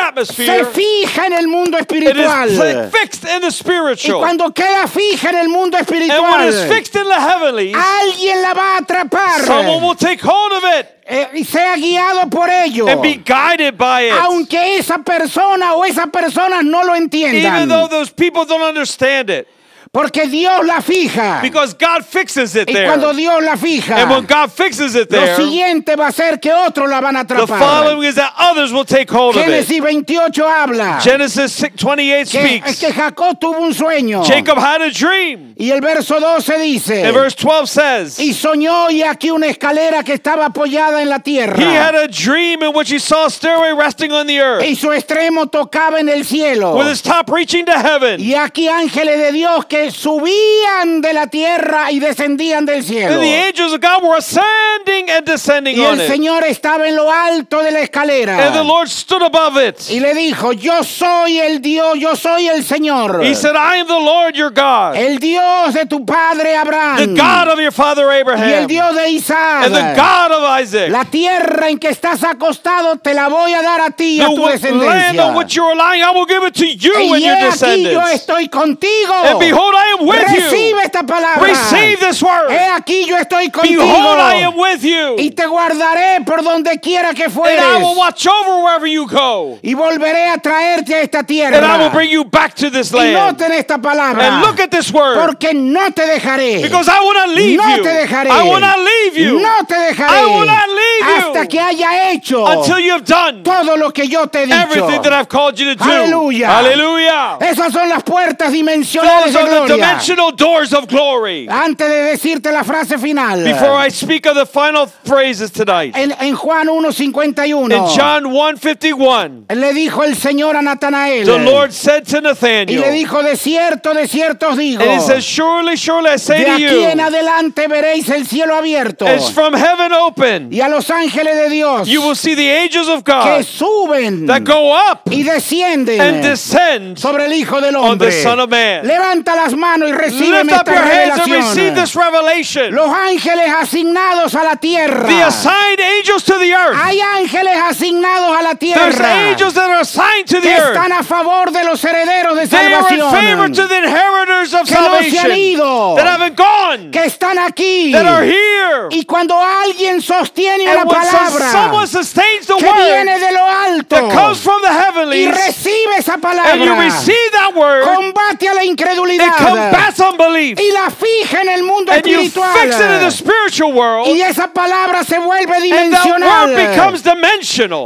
[SPEAKER 2] atmosphere.
[SPEAKER 1] fija en el mundo
[SPEAKER 2] It is pla-
[SPEAKER 1] espiritual.
[SPEAKER 2] fixed in the
[SPEAKER 1] Y
[SPEAKER 2] spiritual.
[SPEAKER 1] cuando queda fija en el mundo
[SPEAKER 2] And when it's
[SPEAKER 1] espiritual,
[SPEAKER 2] fixed in the heavenlies,
[SPEAKER 1] alguien la va a
[SPEAKER 2] someone
[SPEAKER 1] atrapar
[SPEAKER 2] will take hold of it
[SPEAKER 1] eh, y sea guiado por ello.
[SPEAKER 2] and be guided by it.
[SPEAKER 1] Aunque esa persona o esas personas no lo
[SPEAKER 2] Even
[SPEAKER 1] entiendan.
[SPEAKER 2] though those people don't understand it.
[SPEAKER 1] Porque Dios la fija.
[SPEAKER 2] Because God fixes it
[SPEAKER 1] Y
[SPEAKER 2] there.
[SPEAKER 1] cuando Dios la fija,
[SPEAKER 2] And when God fixes it
[SPEAKER 1] lo
[SPEAKER 2] there, the
[SPEAKER 1] siguiente va a ser que otros la van a atrapar.
[SPEAKER 2] following is that others will take hold of it.
[SPEAKER 1] Génesis 28 habla
[SPEAKER 2] Genesis 6, 28
[SPEAKER 1] que, es
[SPEAKER 2] speaks.
[SPEAKER 1] que Jacob tuvo un sueño.
[SPEAKER 2] Jacob had a dream.
[SPEAKER 1] Y el verso 12 dice.
[SPEAKER 2] And verse 12 says,
[SPEAKER 1] Y soñó y aquí una escalera que estaba apoyada en la
[SPEAKER 2] He had
[SPEAKER 1] tierra.
[SPEAKER 2] a dream in which he saw a stairway resting on the earth
[SPEAKER 1] Y su extremo tocaba en el cielo.
[SPEAKER 2] with its top reaching to heaven.
[SPEAKER 1] Y aquí ángeles de Dios que subían de la tierra y descendían del cielo.
[SPEAKER 2] And the angels of God were ascending and descending
[SPEAKER 1] Y
[SPEAKER 2] on
[SPEAKER 1] el
[SPEAKER 2] it.
[SPEAKER 1] Señor estaba en lo alto de la
[SPEAKER 2] And the
[SPEAKER 1] escalera.
[SPEAKER 2] Lord stood above it.
[SPEAKER 1] Y le dijo, yo soy el Dios, yo soy el Señor.
[SPEAKER 2] He said, I am the Lord your God,
[SPEAKER 1] El Dios de tu padre
[SPEAKER 2] the
[SPEAKER 1] Abraham.
[SPEAKER 2] God of your father
[SPEAKER 1] Y el
[SPEAKER 2] Abraham,
[SPEAKER 1] Dios de
[SPEAKER 2] and the
[SPEAKER 1] Isaac.
[SPEAKER 2] God of Isaac.
[SPEAKER 1] La tierra en que estás acostado te la voy a dar a ti y
[SPEAKER 2] The
[SPEAKER 1] a tu
[SPEAKER 2] w- land
[SPEAKER 1] descendencia.
[SPEAKER 2] on which you are lying, I will give it to you and
[SPEAKER 1] Y he
[SPEAKER 2] your
[SPEAKER 1] aquí yo
[SPEAKER 2] descendants.
[SPEAKER 1] estoy contigo.
[SPEAKER 2] And behold, I am with
[SPEAKER 1] Recibe
[SPEAKER 2] you.
[SPEAKER 1] esta palabra.
[SPEAKER 2] Receive this
[SPEAKER 1] He
[SPEAKER 2] word.
[SPEAKER 1] aquí yo estoy contigo.
[SPEAKER 2] Behold, I am with
[SPEAKER 1] y
[SPEAKER 2] you.
[SPEAKER 1] te guardaré por donde quiera que
[SPEAKER 2] And
[SPEAKER 1] fueres.
[SPEAKER 2] I will watch over wherever you go.
[SPEAKER 1] Y volveré a traerte a esta tierra.
[SPEAKER 2] And I will bring you back to this
[SPEAKER 1] y
[SPEAKER 2] land.
[SPEAKER 1] noten esta palabra.
[SPEAKER 2] And look at this word.
[SPEAKER 1] porque no te dejaré.
[SPEAKER 2] Because I will not leave
[SPEAKER 1] no
[SPEAKER 2] you.
[SPEAKER 1] te dejaré.
[SPEAKER 2] I will not leave you.
[SPEAKER 1] No te dejaré.
[SPEAKER 2] I will not leave
[SPEAKER 1] hasta que
[SPEAKER 2] you
[SPEAKER 1] haya hecho
[SPEAKER 2] until you have done
[SPEAKER 1] todo lo que yo te he dicho.
[SPEAKER 2] everything that I've called you to do.
[SPEAKER 1] Aleluya.
[SPEAKER 2] Hallelujah.
[SPEAKER 1] Esas son las puertas dimensionales
[SPEAKER 2] Those
[SPEAKER 1] de
[SPEAKER 2] are the
[SPEAKER 1] gloria.
[SPEAKER 2] dimensional doors of glory.
[SPEAKER 1] Antes de decirte la frase final.
[SPEAKER 2] Before I speak of the final phrases tonight,
[SPEAKER 1] en, en Juan
[SPEAKER 2] in
[SPEAKER 1] 1.51.
[SPEAKER 2] John 151,
[SPEAKER 1] Le dijo el Señor a Natanael.
[SPEAKER 2] the Lord said to
[SPEAKER 1] y
[SPEAKER 2] Nathanael,
[SPEAKER 1] le dijo, de cierto, de cierto os digo.
[SPEAKER 2] and he says, Surely, surely I say
[SPEAKER 1] de
[SPEAKER 2] to
[SPEAKER 1] aquí en
[SPEAKER 2] you,
[SPEAKER 1] adelante veréis el cielo abierto.
[SPEAKER 2] it's from heaven open.
[SPEAKER 1] y a los ángeles de Dios
[SPEAKER 2] You will see the angels of
[SPEAKER 1] que
[SPEAKER 2] God
[SPEAKER 1] suben
[SPEAKER 2] that go up
[SPEAKER 1] y descienden
[SPEAKER 2] and descend.
[SPEAKER 1] sobre el Hijo del
[SPEAKER 2] on the
[SPEAKER 1] Hombre.
[SPEAKER 2] Son of Man.
[SPEAKER 1] Levanta las manos y recibe
[SPEAKER 2] Lift up
[SPEAKER 1] esta
[SPEAKER 2] your hands and receive
[SPEAKER 1] revelación.
[SPEAKER 2] this revelation.
[SPEAKER 1] Los ángeles asignados a la tierra.
[SPEAKER 2] The assigned angels to the earth.
[SPEAKER 1] Hay ángeles asignados a la
[SPEAKER 2] There's
[SPEAKER 1] tierra
[SPEAKER 2] angels that are assigned to the
[SPEAKER 1] que están
[SPEAKER 2] earth.
[SPEAKER 1] a favor de los herederos de
[SPEAKER 2] They are in favor
[SPEAKER 1] salvación.
[SPEAKER 2] to the inheritors of
[SPEAKER 1] Que no se han
[SPEAKER 2] salvation
[SPEAKER 1] ido.
[SPEAKER 2] that haven't gone,
[SPEAKER 1] Que están aquí.
[SPEAKER 2] that are here.
[SPEAKER 1] Y cuando alguien sostiene la
[SPEAKER 2] And when some- someone
[SPEAKER 1] palabra
[SPEAKER 2] sustains the
[SPEAKER 1] que viene
[SPEAKER 2] word
[SPEAKER 1] de lo alto
[SPEAKER 2] that comes from the
[SPEAKER 1] y
[SPEAKER 2] heavenlies,
[SPEAKER 1] recibe esa
[SPEAKER 2] and you
[SPEAKER 1] palabra,
[SPEAKER 2] receive that word,
[SPEAKER 1] combate a la
[SPEAKER 2] it
[SPEAKER 1] incredulidad
[SPEAKER 2] combats unbelief,
[SPEAKER 1] y la fija en el mundo
[SPEAKER 2] and you fix it in the
[SPEAKER 1] espiritual.
[SPEAKER 2] spiritual world,
[SPEAKER 1] Y esa palabra se vuelve
[SPEAKER 2] and that word becomes
[SPEAKER 1] dimensional.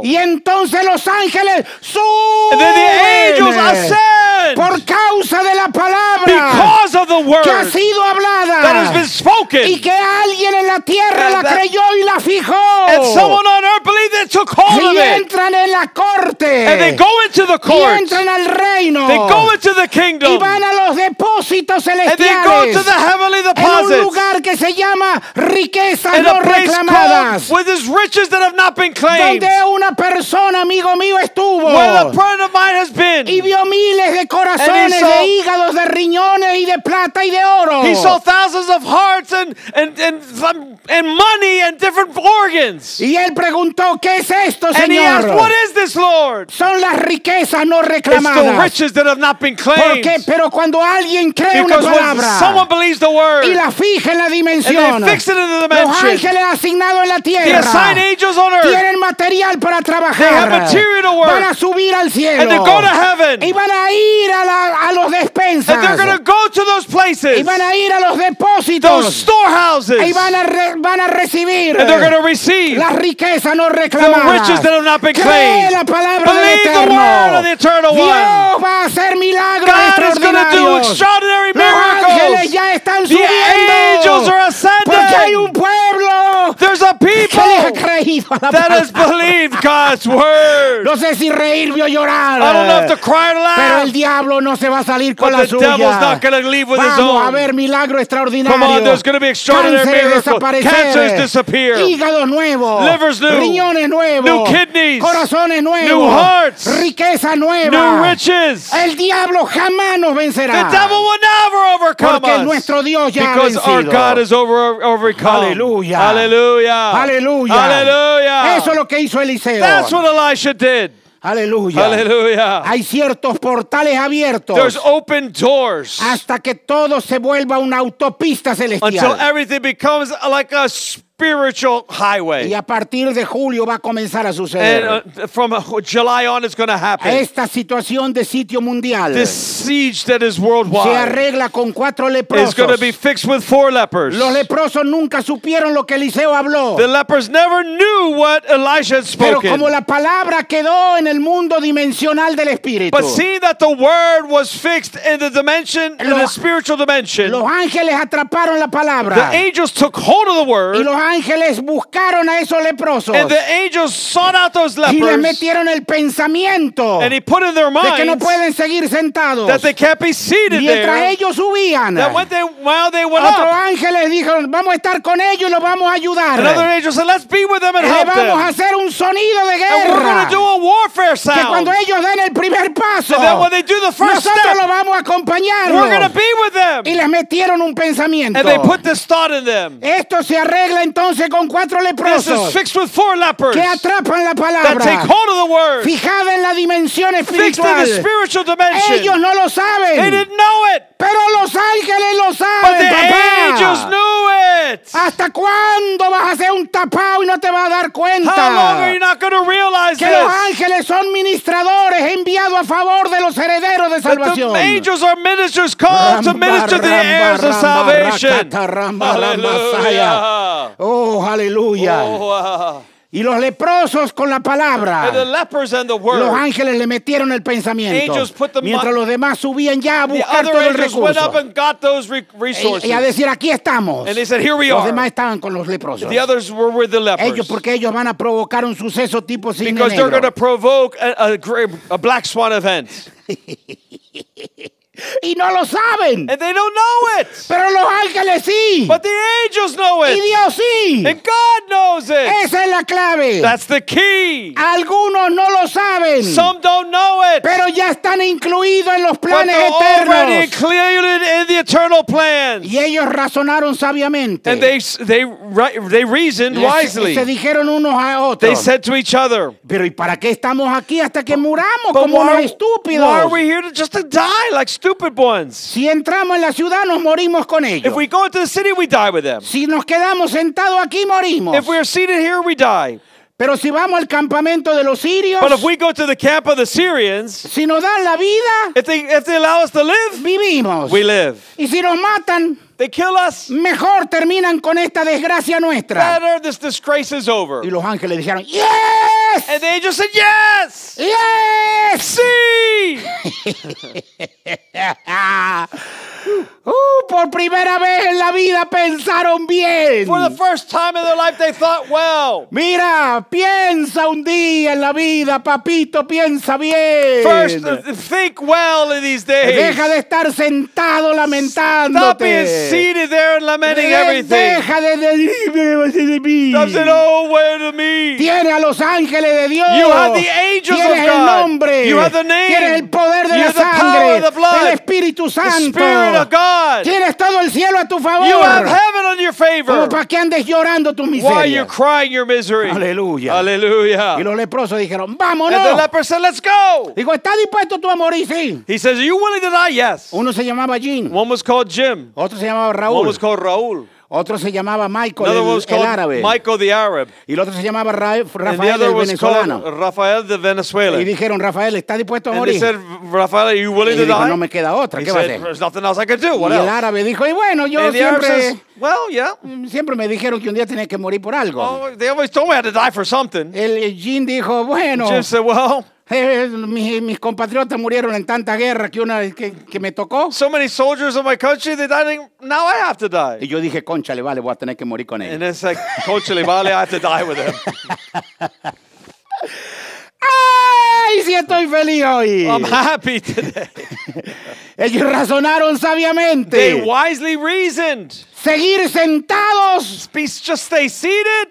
[SPEAKER 2] dimensional.
[SPEAKER 1] Y entonces los ángeles
[SPEAKER 2] And then the angels
[SPEAKER 1] suben
[SPEAKER 2] ascend.
[SPEAKER 1] por causa de la palabra
[SPEAKER 2] because of the
[SPEAKER 1] que ha
[SPEAKER 2] word
[SPEAKER 1] sido
[SPEAKER 2] that has
[SPEAKER 1] hablada
[SPEAKER 2] been spoken.
[SPEAKER 1] y que alguien en la tierra
[SPEAKER 2] And
[SPEAKER 1] la
[SPEAKER 2] that-
[SPEAKER 1] creyó y la
[SPEAKER 2] And
[SPEAKER 1] fijó.
[SPEAKER 2] someone on earth believed it took hold of
[SPEAKER 1] Y
[SPEAKER 2] it.
[SPEAKER 1] entran en la corte.
[SPEAKER 2] And they go into
[SPEAKER 1] y
[SPEAKER 2] the courts.
[SPEAKER 1] entran al reino.
[SPEAKER 2] They go into the
[SPEAKER 1] y
[SPEAKER 2] kingdom.
[SPEAKER 1] van
[SPEAKER 2] And
[SPEAKER 1] a los depósitos
[SPEAKER 2] they go
[SPEAKER 1] celestiales.
[SPEAKER 2] to the heavenly
[SPEAKER 1] en un
[SPEAKER 2] deposits.
[SPEAKER 1] lugar que se llama riquezas
[SPEAKER 2] In
[SPEAKER 1] no
[SPEAKER 2] a place
[SPEAKER 1] reclamadas.
[SPEAKER 2] called with his riches that have not been claimed.
[SPEAKER 1] Donde una persona, amigo mío, estuvo.
[SPEAKER 2] Where a friend of mine has
[SPEAKER 1] y
[SPEAKER 2] been.
[SPEAKER 1] vio miles de corazones,
[SPEAKER 2] saw-
[SPEAKER 1] de hígados, de riñones y de plata y de oro.
[SPEAKER 2] He saw thousands of hearts and, and, and, and money and different organs.
[SPEAKER 1] y él preguntó, ¿qué es esto,
[SPEAKER 2] And he
[SPEAKER 1] Señor?
[SPEAKER 2] asked, What is this, Lord?
[SPEAKER 1] Son las riquezas no
[SPEAKER 2] It's the
[SPEAKER 1] reclamadas.
[SPEAKER 2] riches that have not been
[SPEAKER 1] ¿Por
[SPEAKER 2] claimed.
[SPEAKER 1] qué? Pero cuando alguien cree una
[SPEAKER 2] Because when
[SPEAKER 1] palabra
[SPEAKER 2] someone believes the word,
[SPEAKER 1] y la fija en la dimensión,
[SPEAKER 2] and they fix it in the
[SPEAKER 1] los
[SPEAKER 2] dimension,
[SPEAKER 1] ángeles asignados en la
[SPEAKER 2] the
[SPEAKER 1] tierra
[SPEAKER 2] assigned angels on earth,
[SPEAKER 1] tienen material para trabajar.
[SPEAKER 2] have material to work.
[SPEAKER 1] Van a subir al cielo.
[SPEAKER 2] and they go to heaven,
[SPEAKER 1] y van a ir a, la- a los despensas.
[SPEAKER 2] and they're going to go to those
[SPEAKER 1] y
[SPEAKER 2] places,
[SPEAKER 1] van a ir a los
[SPEAKER 2] those
[SPEAKER 1] depósitos.
[SPEAKER 2] storehouses,
[SPEAKER 1] y van a, re- van a recibir
[SPEAKER 2] and they're going to receive
[SPEAKER 1] las riquezas no
[SPEAKER 2] the
[SPEAKER 1] reclamadas.
[SPEAKER 2] riches that have not been
[SPEAKER 1] Cree
[SPEAKER 2] claimed.
[SPEAKER 1] la palabra del
[SPEAKER 2] Believe the word of the
[SPEAKER 1] Eterno.
[SPEAKER 2] Eternal One.
[SPEAKER 1] Dios va a hacer milagros
[SPEAKER 2] God is going to do
[SPEAKER 1] extraordinarios.
[SPEAKER 2] extraordinary
[SPEAKER 1] Los ángeles
[SPEAKER 2] miracles.
[SPEAKER 1] ya están
[SPEAKER 2] The angels
[SPEAKER 1] subiendo.
[SPEAKER 2] are
[SPEAKER 1] Porque hay un
[SPEAKER 2] ascending.
[SPEAKER 1] pueblo
[SPEAKER 2] There's a
[SPEAKER 1] que le ha
[SPEAKER 2] people
[SPEAKER 1] creído a la
[SPEAKER 2] that
[SPEAKER 1] palabra.
[SPEAKER 2] has believed God's word.
[SPEAKER 1] No sé si reírme o llorar.
[SPEAKER 2] I don't know if to cry or
[SPEAKER 1] Pero
[SPEAKER 2] laugh.
[SPEAKER 1] el diablo no se va a salir con
[SPEAKER 2] But
[SPEAKER 1] la
[SPEAKER 2] the
[SPEAKER 1] suya.
[SPEAKER 2] devil's not going to leave with his
[SPEAKER 1] Vamos a
[SPEAKER 2] own.
[SPEAKER 1] ver milagro extraordinario.
[SPEAKER 2] Come on, there's gonna be extraordinary
[SPEAKER 1] Cánceres
[SPEAKER 2] miracles.
[SPEAKER 1] desaparecer.
[SPEAKER 2] Cancers disappear.
[SPEAKER 1] Hígados nuevos.
[SPEAKER 2] Livers new.
[SPEAKER 1] Riñones nuevos.
[SPEAKER 2] New kidneys.
[SPEAKER 1] Corazones nuevos.
[SPEAKER 2] New hearts.
[SPEAKER 1] Riqueza nueva.
[SPEAKER 2] New riches.
[SPEAKER 1] El diablo jamás nos
[SPEAKER 2] The
[SPEAKER 1] vencerá.
[SPEAKER 2] devil will never overcome
[SPEAKER 1] Porque
[SPEAKER 2] us.
[SPEAKER 1] nuestro Dios ya ha
[SPEAKER 2] because our
[SPEAKER 1] vencido.
[SPEAKER 2] God is over, overcome.
[SPEAKER 1] Aleluya.
[SPEAKER 2] Hallelujah.
[SPEAKER 1] Aleluya.
[SPEAKER 2] Hallelujah.
[SPEAKER 1] Eso es lo que hizo Eliseo.
[SPEAKER 2] That's what Elisha did.
[SPEAKER 1] Aleluya.
[SPEAKER 2] Hallelujah.
[SPEAKER 1] Hay ciertos portales abiertos.
[SPEAKER 2] There's open doors
[SPEAKER 1] hasta que todo se vuelva una autopista
[SPEAKER 2] until
[SPEAKER 1] celestial.
[SPEAKER 2] everything becomes like a spiritual
[SPEAKER 1] Y
[SPEAKER 2] highway.
[SPEAKER 1] a partir de julio va a comenzar a
[SPEAKER 2] And
[SPEAKER 1] suceder.
[SPEAKER 2] uh, from uh, July on, it's going to happen.
[SPEAKER 1] Esta situación de sitio mundial
[SPEAKER 2] eh. This siege that is
[SPEAKER 1] se
[SPEAKER 2] worldwide
[SPEAKER 1] arregla con cuatro
[SPEAKER 2] is going to
[SPEAKER 1] leprosos.
[SPEAKER 2] be fixed with four lepers.
[SPEAKER 1] Los leprosos nunca supieron lo que Eliseo habló.
[SPEAKER 2] The lepers never knew what Elisha had
[SPEAKER 1] Pero
[SPEAKER 2] spoken.
[SPEAKER 1] como la palabra quedó en el mundo dimensional del espíritu,
[SPEAKER 2] But seeing that the word was fixed in the dimension, in the
[SPEAKER 1] Los-
[SPEAKER 2] spiritual dimension,
[SPEAKER 1] los ángeles atraparon la
[SPEAKER 2] the
[SPEAKER 1] palabra
[SPEAKER 2] angels took hold of the
[SPEAKER 1] y
[SPEAKER 2] word,
[SPEAKER 1] los ángeles buscaron a esos leprosos
[SPEAKER 2] and the angels sought out those
[SPEAKER 1] y les
[SPEAKER 2] lepers,
[SPEAKER 1] metieron el pensamiento
[SPEAKER 2] and he
[SPEAKER 1] de
[SPEAKER 2] put in their
[SPEAKER 1] que no
[SPEAKER 2] minds
[SPEAKER 1] pueden seguir sentados.
[SPEAKER 2] that they can't be seated
[SPEAKER 1] Mientras
[SPEAKER 2] there.
[SPEAKER 1] ellos subían,
[SPEAKER 2] That when they, while they went
[SPEAKER 1] otros
[SPEAKER 2] up,
[SPEAKER 1] ángeles dijeron, vamos a estar con ellos y los vamos a ayudar. Eh,
[SPEAKER 2] another angel said, "Let's be with them and
[SPEAKER 1] Le
[SPEAKER 2] help
[SPEAKER 1] vamos a
[SPEAKER 2] them."
[SPEAKER 1] hacer un sonido de
[SPEAKER 2] And we're going
[SPEAKER 1] guerra.
[SPEAKER 2] to do a warfare
[SPEAKER 1] Que cuando
[SPEAKER 2] sound.
[SPEAKER 1] ellos den el primer paso,
[SPEAKER 2] And then when they do the first
[SPEAKER 1] nosotros
[SPEAKER 2] step,
[SPEAKER 1] los vamos a acompañar.
[SPEAKER 2] We're going to be with them.
[SPEAKER 1] Y les metieron un pensamiento.
[SPEAKER 2] And they put this thought in them.
[SPEAKER 1] Esto se arregla entonces con cuatro
[SPEAKER 2] This is
[SPEAKER 1] leprosos
[SPEAKER 2] fixed with four lepers
[SPEAKER 1] que atrapan la
[SPEAKER 2] that take
[SPEAKER 1] palabra,
[SPEAKER 2] hold of the word,
[SPEAKER 1] fijada en la dimensión
[SPEAKER 2] fixed in the
[SPEAKER 1] espiritual.
[SPEAKER 2] spiritual dimension.
[SPEAKER 1] Ellos no lo
[SPEAKER 2] They
[SPEAKER 1] saben,
[SPEAKER 2] didn't know it,
[SPEAKER 1] pero los ángeles lo
[SPEAKER 2] but the
[SPEAKER 1] saben,
[SPEAKER 2] angels
[SPEAKER 1] papá.
[SPEAKER 2] knew it.
[SPEAKER 1] ¿Hasta cuándo vas a hacer un tapado y no te vas a dar
[SPEAKER 2] How long are
[SPEAKER 1] cuenta?
[SPEAKER 2] you not going to realize
[SPEAKER 1] Que los
[SPEAKER 2] this?
[SPEAKER 1] ángeles son ministradores enviados a favor de los herederos de
[SPEAKER 2] That the
[SPEAKER 1] salvación.
[SPEAKER 2] angels are ministers called to
[SPEAKER 1] Ramba,
[SPEAKER 2] minister to the
[SPEAKER 1] ramba,
[SPEAKER 2] heirs of
[SPEAKER 1] ramba,
[SPEAKER 2] salvation.
[SPEAKER 1] rakata, ramba, ramba, saya.
[SPEAKER 2] Hallelujah.
[SPEAKER 1] Oh, aleluya.
[SPEAKER 2] Oh, wow.
[SPEAKER 1] Y los leprosos con la
[SPEAKER 2] And the
[SPEAKER 1] palabra.
[SPEAKER 2] lepers and the
[SPEAKER 1] Los
[SPEAKER 2] word.
[SPEAKER 1] ángeles le metieron el pensamiento.
[SPEAKER 2] Angels put the mi-
[SPEAKER 1] Mientras los demás subían ya a
[SPEAKER 2] The
[SPEAKER 1] buscar
[SPEAKER 2] other
[SPEAKER 1] todo el
[SPEAKER 2] angels went up
[SPEAKER 1] recurso.
[SPEAKER 2] and got those re-
[SPEAKER 1] Y,
[SPEAKER 2] resources.
[SPEAKER 1] y a decir, aquí estamos.
[SPEAKER 2] And they said, "Here we
[SPEAKER 1] los
[SPEAKER 2] are."
[SPEAKER 1] demás estaban con los leprosos.
[SPEAKER 2] The others were with the
[SPEAKER 1] Ellos,
[SPEAKER 2] lepers.
[SPEAKER 1] porque ellos van a provocar un suceso tipo cine
[SPEAKER 2] Because they're
[SPEAKER 1] negro.
[SPEAKER 2] going to provoke a, a, gra- a black swan event.
[SPEAKER 1] Y no lo saben.
[SPEAKER 2] And they don't know it.
[SPEAKER 1] Pero los ángeles sí.
[SPEAKER 2] But the angels know
[SPEAKER 1] Y
[SPEAKER 2] it.
[SPEAKER 1] Dios sí.
[SPEAKER 2] And God knows it.
[SPEAKER 1] Esa es la clave.
[SPEAKER 2] That's the key.
[SPEAKER 1] Algunos no lo saben.
[SPEAKER 2] Some don't know it.
[SPEAKER 1] pero ya están incluidos en los
[SPEAKER 2] But
[SPEAKER 1] planes
[SPEAKER 2] they're already
[SPEAKER 1] eternos.
[SPEAKER 2] included in the eternal plans.
[SPEAKER 1] Y ellos razonaron sabiamente.
[SPEAKER 2] And they, s- they, ri- they reasoned
[SPEAKER 1] Les- Se
[SPEAKER 2] wisely.
[SPEAKER 1] dijeron unos a
[SPEAKER 2] They
[SPEAKER 1] otros.
[SPEAKER 2] said to each other,
[SPEAKER 1] pero ¿y para qué estamos aquí hasta que muramos
[SPEAKER 2] But
[SPEAKER 1] como unos
[SPEAKER 2] why,
[SPEAKER 1] estúpidos?
[SPEAKER 2] why are we here to just to die like stupid ones?
[SPEAKER 1] si entramos en la ciudad nos morimos con ellos.
[SPEAKER 2] If we go into the city, we die with them.
[SPEAKER 1] si nos quedamos sentados aquí morimos.
[SPEAKER 2] If we are seated here, we die.
[SPEAKER 1] pero si vamos al campamento de los sirios,
[SPEAKER 2] But if we go to the camp of the Syrians,
[SPEAKER 1] si nos dan la vida,
[SPEAKER 2] if they if they allow us to live,
[SPEAKER 1] vivimos.
[SPEAKER 2] we live.
[SPEAKER 1] y si nos matan,
[SPEAKER 2] They kill us.
[SPEAKER 1] mejor terminan con esta desgracia nuestra.
[SPEAKER 2] Better this disgrace is over.
[SPEAKER 1] Y los ángeles dijeron, "Yes!
[SPEAKER 2] And the angel said, "Yes,
[SPEAKER 1] ¡Yes!
[SPEAKER 2] see."
[SPEAKER 1] Ah. Uh, por primera vez en la vida pensaron bien.
[SPEAKER 2] For the first time in their life, they thought, "Well,
[SPEAKER 1] Mira, piensa un día en la vida, papito, piensa bien.
[SPEAKER 2] first uh, think well in these days.
[SPEAKER 1] Deja de estar sentado
[SPEAKER 2] Stop being
[SPEAKER 1] lamentándote. Eh,
[SPEAKER 2] seated there and lamenting everything."
[SPEAKER 1] Deja de de- de mí.
[SPEAKER 2] Stop saying, "Oh, where to me?"
[SPEAKER 1] Tiene a los ángeles de Dios.
[SPEAKER 2] You have the angels
[SPEAKER 1] Tienes
[SPEAKER 2] of
[SPEAKER 1] el
[SPEAKER 2] God.
[SPEAKER 1] nombre.
[SPEAKER 2] You have the name.
[SPEAKER 1] Tienes el poder de
[SPEAKER 2] You
[SPEAKER 1] la
[SPEAKER 2] have the power
[SPEAKER 1] sangre.
[SPEAKER 2] of the blood.
[SPEAKER 1] El Espíritu
[SPEAKER 2] The
[SPEAKER 1] Santo.
[SPEAKER 2] Spirit of God.
[SPEAKER 1] Tienes todo el cielo a tu favor.
[SPEAKER 2] You have heaven on your favor.
[SPEAKER 1] Como para que andes llorando tus
[SPEAKER 2] Why you're
[SPEAKER 1] miserias.
[SPEAKER 2] crying your misery.
[SPEAKER 1] Aleluya.
[SPEAKER 2] Hallelujah.
[SPEAKER 1] Y los leprosos dijeron,
[SPEAKER 2] And the
[SPEAKER 1] vámonos.
[SPEAKER 2] leper said, Let's go.
[SPEAKER 1] Digo, ¿estás dispuesto tú a morir? Sí.
[SPEAKER 2] He says, Are you willing to die? Yes.
[SPEAKER 1] Uno se llamaba Jim.
[SPEAKER 2] One was called Jim.
[SPEAKER 1] Otro se llamaba
[SPEAKER 2] One
[SPEAKER 1] Raúl.
[SPEAKER 2] was called Raul.
[SPEAKER 1] Otro se llamaba Michael,
[SPEAKER 2] Another
[SPEAKER 1] el,
[SPEAKER 2] one was
[SPEAKER 1] el
[SPEAKER 2] called
[SPEAKER 1] árabe.
[SPEAKER 2] Michael the Arab.
[SPEAKER 1] Y el otro se llamaba Ra-
[SPEAKER 2] And the
[SPEAKER 1] Rafael,
[SPEAKER 2] other
[SPEAKER 1] el
[SPEAKER 2] was
[SPEAKER 1] venezolano.
[SPEAKER 2] called Rafael the
[SPEAKER 1] Y
[SPEAKER 2] Venezuelan.
[SPEAKER 1] dijeron, Rafael, ¿estás dispuesto a
[SPEAKER 2] And they
[SPEAKER 1] morir?
[SPEAKER 2] said, Rafael, are you
[SPEAKER 1] Y
[SPEAKER 2] willing to
[SPEAKER 1] dijo, no me
[SPEAKER 2] die?
[SPEAKER 1] queda otra,
[SPEAKER 2] He
[SPEAKER 1] ¿qué va a
[SPEAKER 2] said,
[SPEAKER 1] hacer?
[SPEAKER 2] There's nothing else I can do. What
[SPEAKER 1] Y el
[SPEAKER 2] else?
[SPEAKER 1] árabe dijo, y bueno, yo
[SPEAKER 2] And the Arab says,
[SPEAKER 1] siempre,
[SPEAKER 2] Well, yeah.
[SPEAKER 1] siempre me dijeron que un día tenía que morir por algo.
[SPEAKER 2] Oh, they always told me I had to die for something.
[SPEAKER 1] El eh, Jim dijo, bueno,
[SPEAKER 2] Jim said, Well,
[SPEAKER 1] eh, mis, mis compatriotas murieron en tanta guerra que una que, que me tocó.
[SPEAKER 2] so many soldiers of my country, they died. in- Now I have to die.
[SPEAKER 1] Y yo dije, concha, le vale, voy a tener que morir con él.
[SPEAKER 2] And it's like, Coach Levale, I have to die with him.
[SPEAKER 1] ¡Ay, sí estoy feliz hoy!
[SPEAKER 2] I'm happy today.
[SPEAKER 1] Ellos razonaron
[SPEAKER 2] They
[SPEAKER 1] sabiamente.
[SPEAKER 2] wisely reasoned.
[SPEAKER 1] Seguir sentados
[SPEAKER 2] Be, just stay seated,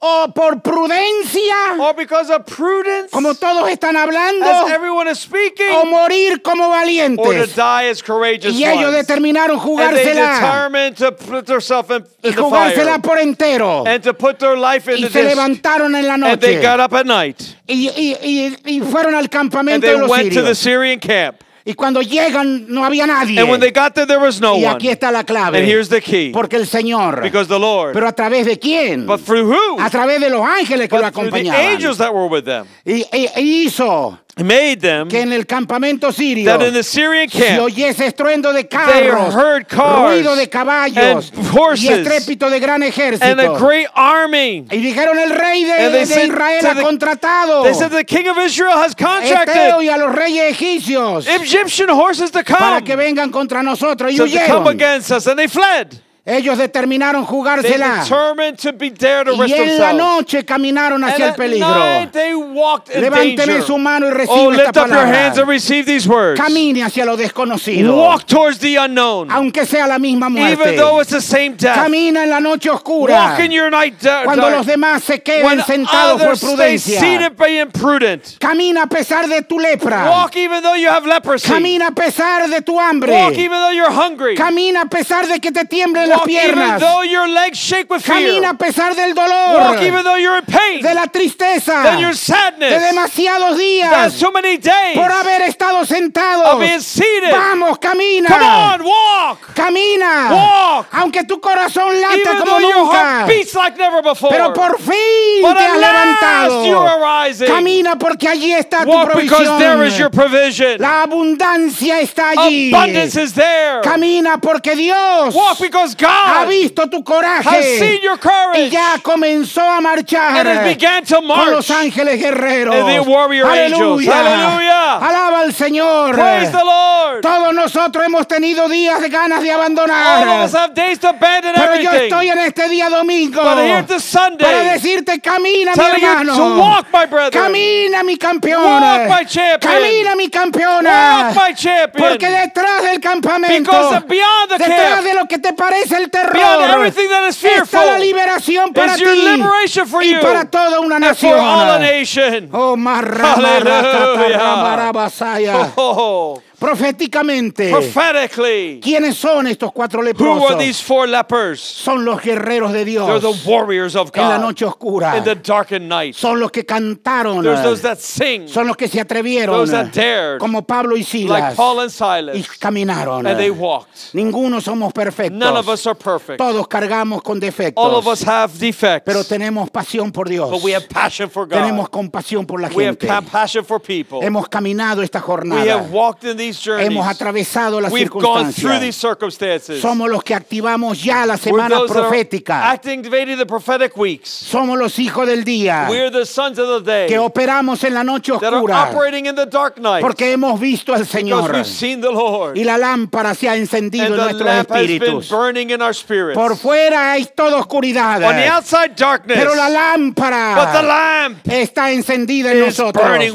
[SPEAKER 1] o por prudencia,
[SPEAKER 2] or because of prudence,
[SPEAKER 1] como todos están hablando,
[SPEAKER 2] Oh. as everyone is
[SPEAKER 1] o
[SPEAKER 2] speaking,
[SPEAKER 1] morir como
[SPEAKER 2] or to
[SPEAKER 1] valientes.
[SPEAKER 2] die as courageous
[SPEAKER 1] Oh, Y ellos
[SPEAKER 2] ones.
[SPEAKER 1] determinaron
[SPEAKER 2] And they
[SPEAKER 1] jugársela
[SPEAKER 2] determined to put themselves in,
[SPEAKER 1] y
[SPEAKER 2] in the fire
[SPEAKER 1] jugársela por entero.
[SPEAKER 2] and to put their life
[SPEAKER 1] Y
[SPEAKER 2] into
[SPEAKER 1] se
[SPEAKER 2] this.
[SPEAKER 1] levantaron en la
[SPEAKER 2] And they
[SPEAKER 1] noche
[SPEAKER 2] got up at night
[SPEAKER 1] y, y- y- y fueron al
[SPEAKER 2] and
[SPEAKER 1] campamento
[SPEAKER 2] they
[SPEAKER 1] de los
[SPEAKER 2] went to the
[SPEAKER 1] sirios.
[SPEAKER 2] Syrian camp.
[SPEAKER 1] Y cuando llegan no había nadie.
[SPEAKER 2] And when they got there, there was no
[SPEAKER 1] Y
[SPEAKER 2] one.
[SPEAKER 1] aquí está la
[SPEAKER 2] And
[SPEAKER 1] clave.
[SPEAKER 2] here's the key
[SPEAKER 1] Porque el Señor.
[SPEAKER 2] because the Lord,
[SPEAKER 1] Pero a través de quién?
[SPEAKER 2] but through who?
[SPEAKER 1] A través de los ángeles que lo
[SPEAKER 2] But through the
[SPEAKER 1] acompañaban.
[SPEAKER 2] angels that were with them.
[SPEAKER 1] Y, y- e hizo
[SPEAKER 2] made them
[SPEAKER 1] que en el campamento sirio
[SPEAKER 2] that in the Syrian
[SPEAKER 1] se
[SPEAKER 2] camp
[SPEAKER 1] oyese estruendo de carros,
[SPEAKER 2] heard cars
[SPEAKER 1] ruido de caballos
[SPEAKER 2] and horses
[SPEAKER 1] y estrépito de gran ejército.
[SPEAKER 2] and a great army.
[SPEAKER 1] y dijeron el rey de,
[SPEAKER 2] And they
[SPEAKER 1] de
[SPEAKER 2] said
[SPEAKER 1] Israel
[SPEAKER 2] to
[SPEAKER 1] ha
[SPEAKER 2] the-
[SPEAKER 1] contratado
[SPEAKER 2] They said the king of Israel has
[SPEAKER 1] Eteo Este y
[SPEAKER 2] contracted
[SPEAKER 1] a los reyes egipcios
[SPEAKER 2] Egyptian horses to
[SPEAKER 1] para
[SPEAKER 2] come,
[SPEAKER 1] que vengan contra nosotros y
[SPEAKER 2] so to come
[SPEAKER 1] huyeron.
[SPEAKER 2] against us, and they fled.
[SPEAKER 1] Ellos determinaron
[SPEAKER 2] They
[SPEAKER 1] jugársela
[SPEAKER 2] determined to be there to
[SPEAKER 1] y
[SPEAKER 2] risk
[SPEAKER 1] en la
[SPEAKER 2] themselves.
[SPEAKER 1] noche caminaron
[SPEAKER 2] And
[SPEAKER 1] hacia el
[SPEAKER 2] at night
[SPEAKER 1] peligro.
[SPEAKER 2] they walked in
[SPEAKER 1] Levánteme
[SPEAKER 2] danger.
[SPEAKER 1] su mano y reciba
[SPEAKER 2] oh,
[SPEAKER 1] esta
[SPEAKER 2] lift up your
[SPEAKER 1] palabra.
[SPEAKER 2] hands and receive these words.
[SPEAKER 1] Camine hacia lo desconocido,
[SPEAKER 2] Walk towards the unknown,
[SPEAKER 1] aunque sea la misma
[SPEAKER 2] even
[SPEAKER 1] muerte.
[SPEAKER 2] though it's the same death.
[SPEAKER 1] Camina en la noche oscura.
[SPEAKER 2] Walk in your night da-
[SPEAKER 1] Cuando
[SPEAKER 2] dark.
[SPEAKER 1] los demás se
[SPEAKER 2] When
[SPEAKER 1] queden sentados por
[SPEAKER 2] others stay
[SPEAKER 1] prudencia.
[SPEAKER 2] seated being prudent.
[SPEAKER 1] Camina a pesar de tu lepra.
[SPEAKER 2] Walk even though you have leprosy.
[SPEAKER 1] Camina a pesar de tu
[SPEAKER 2] Walk
[SPEAKER 1] hambre.
[SPEAKER 2] even though you're hungry.
[SPEAKER 1] Camina a pesar de que te tiemblen las
[SPEAKER 2] Walk even
[SPEAKER 1] piernas.
[SPEAKER 2] though your legs shake with fear.
[SPEAKER 1] Camina a pesar del
[SPEAKER 2] Walk even
[SPEAKER 1] dolor,
[SPEAKER 2] though you're in pain.
[SPEAKER 1] de la tristeza,
[SPEAKER 2] Then your
[SPEAKER 1] de
[SPEAKER 2] sadness.
[SPEAKER 1] demasiados
[SPEAKER 2] That's
[SPEAKER 1] días
[SPEAKER 2] too many days
[SPEAKER 1] por haber estado sentados.
[SPEAKER 2] of being seated.
[SPEAKER 1] Vamos,
[SPEAKER 2] Come
[SPEAKER 1] camina.
[SPEAKER 2] on, walk.
[SPEAKER 1] Camina.
[SPEAKER 2] Walk.
[SPEAKER 1] Aunque tu corazón lata
[SPEAKER 2] Even
[SPEAKER 1] como
[SPEAKER 2] though your
[SPEAKER 1] nunca.
[SPEAKER 2] heart beats like never before.
[SPEAKER 1] Pero por fin
[SPEAKER 2] But
[SPEAKER 1] te has
[SPEAKER 2] at last you are
[SPEAKER 1] levantado.
[SPEAKER 2] rising.
[SPEAKER 1] Camina porque allí está tu
[SPEAKER 2] Walk because there is
[SPEAKER 1] provisión.
[SPEAKER 2] your provision.
[SPEAKER 1] La abundancia está allí.
[SPEAKER 2] Abundance is there.
[SPEAKER 1] Camina porque Dios
[SPEAKER 2] Walk because
[SPEAKER 1] ha
[SPEAKER 2] God
[SPEAKER 1] visto tu
[SPEAKER 2] has
[SPEAKER 1] coraje
[SPEAKER 2] seen your courage.
[SPEAKER 1] y ya comenzó a marchar
[SPEAKER 2] And it began to
[SPEAKER 1] con los
[SPEAKER 2] march.
[SPEAKER 1] ángeles guerreros.
[SPEAKER 2] And the warrior angels. Aleluya.
[SPEAKER 1] Alaba al Señor.
[SPEAKER 2] Praise the Lord. All
[SPEAKER 1] Todos nosotros hemos tenido días de ganas de abandonar.
[SPEAKER 2] of us have days to abandon
[SPEAKER 1] Pero yo
[SPEAKER 2] everything.
[SPEAKER 1] estoy en este día domingo
[SPEAKER 2] But here this
[SPEAKER 1] para
[SPEAKER 2] Sunday,
[SPEAKER 1] decirte, camina mi
[SPEAKER 2] telling you
[SPEAKER 1] hermano.
[SPEAKER 2] to walk, my brethren.
[SPEAKER 1] Camina mi campeona.
[SPEAKER 2] Walk, my champion.
[SPEAKER 1] Camina mi campeona.
[SPEAKER 2] Walk, my
[SPEAKER 1] Porque
[SPEAKER 2] champion.
[SPEAKER 1] detrás del campamento,
[SPEAKER 2] Because beyond the
[SPEAKER 1] detrás
[SPEAKER 2] camp,
[SPEAKER 1] de lo que te parece el
[SPEAKER 2] beyond
[SPEAKER 1] terror,
[SPEAKER 2] everything that is
[SPEAKER 1] está la
[SPEAKER 2] fearful,
[SPEAKER 1] liberación para
[SPEAKER 2] is
[SPEAKER 1] ti
[SPEAKER 2] your liberation for
[SPEAKER 1] y
[SPEAKER 2] you
[SPEAKER 1] para toda una
[SPEAKER 2] and for all a
[SPEAKER 1] nación.
[SPEAKER 2] nation.
[SPEAKER 1] Oh, marra, marra,
[SPEAKER 2] Hallelujah.
[SPEAKER 1] tatarra, barabasaya.
[SPEAKER 2] Oh,
[SPEAKER 1] Proféticamente,
[SPEAKER 2] prophetically,
[SPEAKER 1] ¿quiénes son estos cuatro
[SPEAKER 2] who were
[SPEAKER 1] leprosos?
[SPEAKER 2] these four lepers?
[SPEAKER 1] Son los guerreros de Dios
[SPEAKER 2] They're the warriors of
[SPEAKER 1] en la
[SPEAKER 2] God
[SPEAKER 1] noche oscura.
[SPEAKER 2] in the darkened night.
[SPEAKER 1] Son los que cantaron.
[SPEAKER 2] There's those that sing
[SPEAKER 1] Son los que se atrevieron,
[SPEAKER 2] those that dared,
[SPEAKER 1] como Pablo y
[SPEAKER 2] like
[SPEAKER 1] Silas,
[SPEAKER 2] Paul and
[SPEAKER 1] y
[SPEAKER 2] Silas,
[SPEAKER 1] caminaron.
[SPEAKER 2] and they walked.
[SPEAKER 1] Ninguno somos perfectos.
[SPEAKER 2] None of us are perfect.
[SPEAKER 1] Todos cargamos con
[SPEAKER 2] All of us
[SPEAKER 1] defectos,
[SPEAKER 2] have
[SPEAKER 1] pero
[SPEAKER 2] defects,
[SPEAKER 1] tenemos pasión por Dios.
[SPEAKER 2] but we have passion for
[SPEAKER 1] Tenemos
[SPEAKER 2] God.
[SPEAKER 1] compasión por la
[SPEAKER 2] We have
[SPEAKER 1] gente.
[SPEAKER 2] compassion for people.
[SPEAKER 1] Hemos caminado esta
[SPEAKER 2] We
[SPEAKER 1] jornada.
[SPEAKER 2] have walked in these journeys.
[SPEAKER 1] Hemos atravesado las
[SPEAKER 2] We've gone through these
[SPEAKER 1] circunstancias.
[SPEAKER 2] circumstances.
[SPEAKER 1] Somos los que activamos ya la
[SPEAKER 2] We're
[SPEAKER 1] semana
[SPEAKER 2] those uh, that are
[SPEAKER 1] profética.
[SPEAKER 2] activating the prophetic weeks.
[SPEAKER 1] Somos los hijos del día
[SPEAKER 2] We're the sons of the day
[SPEAKER 1] que operamos en la noche
[SPEAKER 2] that are
[SPEAKER 1] oscura
[SPEAKER 2] operating in the dark night
[SPEAKER 1] porque hemos visto al
[SPEAKER 2] because
[SPEAKER 1] Señor
[SPEAKER 2] we've seen the Lord.
[SPEAKER 1] y la lámpara se ha encendido
[SPEAKER 2] And
[SPEAKER 1] en
[SPEAKER 2] the
[SPEAKER 1] nuestros
[SPEAKER 2] lamp has been
[SPEAKER 1] espíritus.
[SPEAKER 2] burning in our spirits.
[SPEAKER 1] Por
[SPEAKER 2] On
[SPEAKER 1] fuera hay toda oscuridad,
[SPEAKER 2] the outside darkness,
[SPEAKER 1] pero la
[SPEAKER 2] but
[SPEAKER 1] lámpara
[SPEAKER 2] the lamp
[SPEAKER 1] está encendida en
[SPEAKER 2] is burning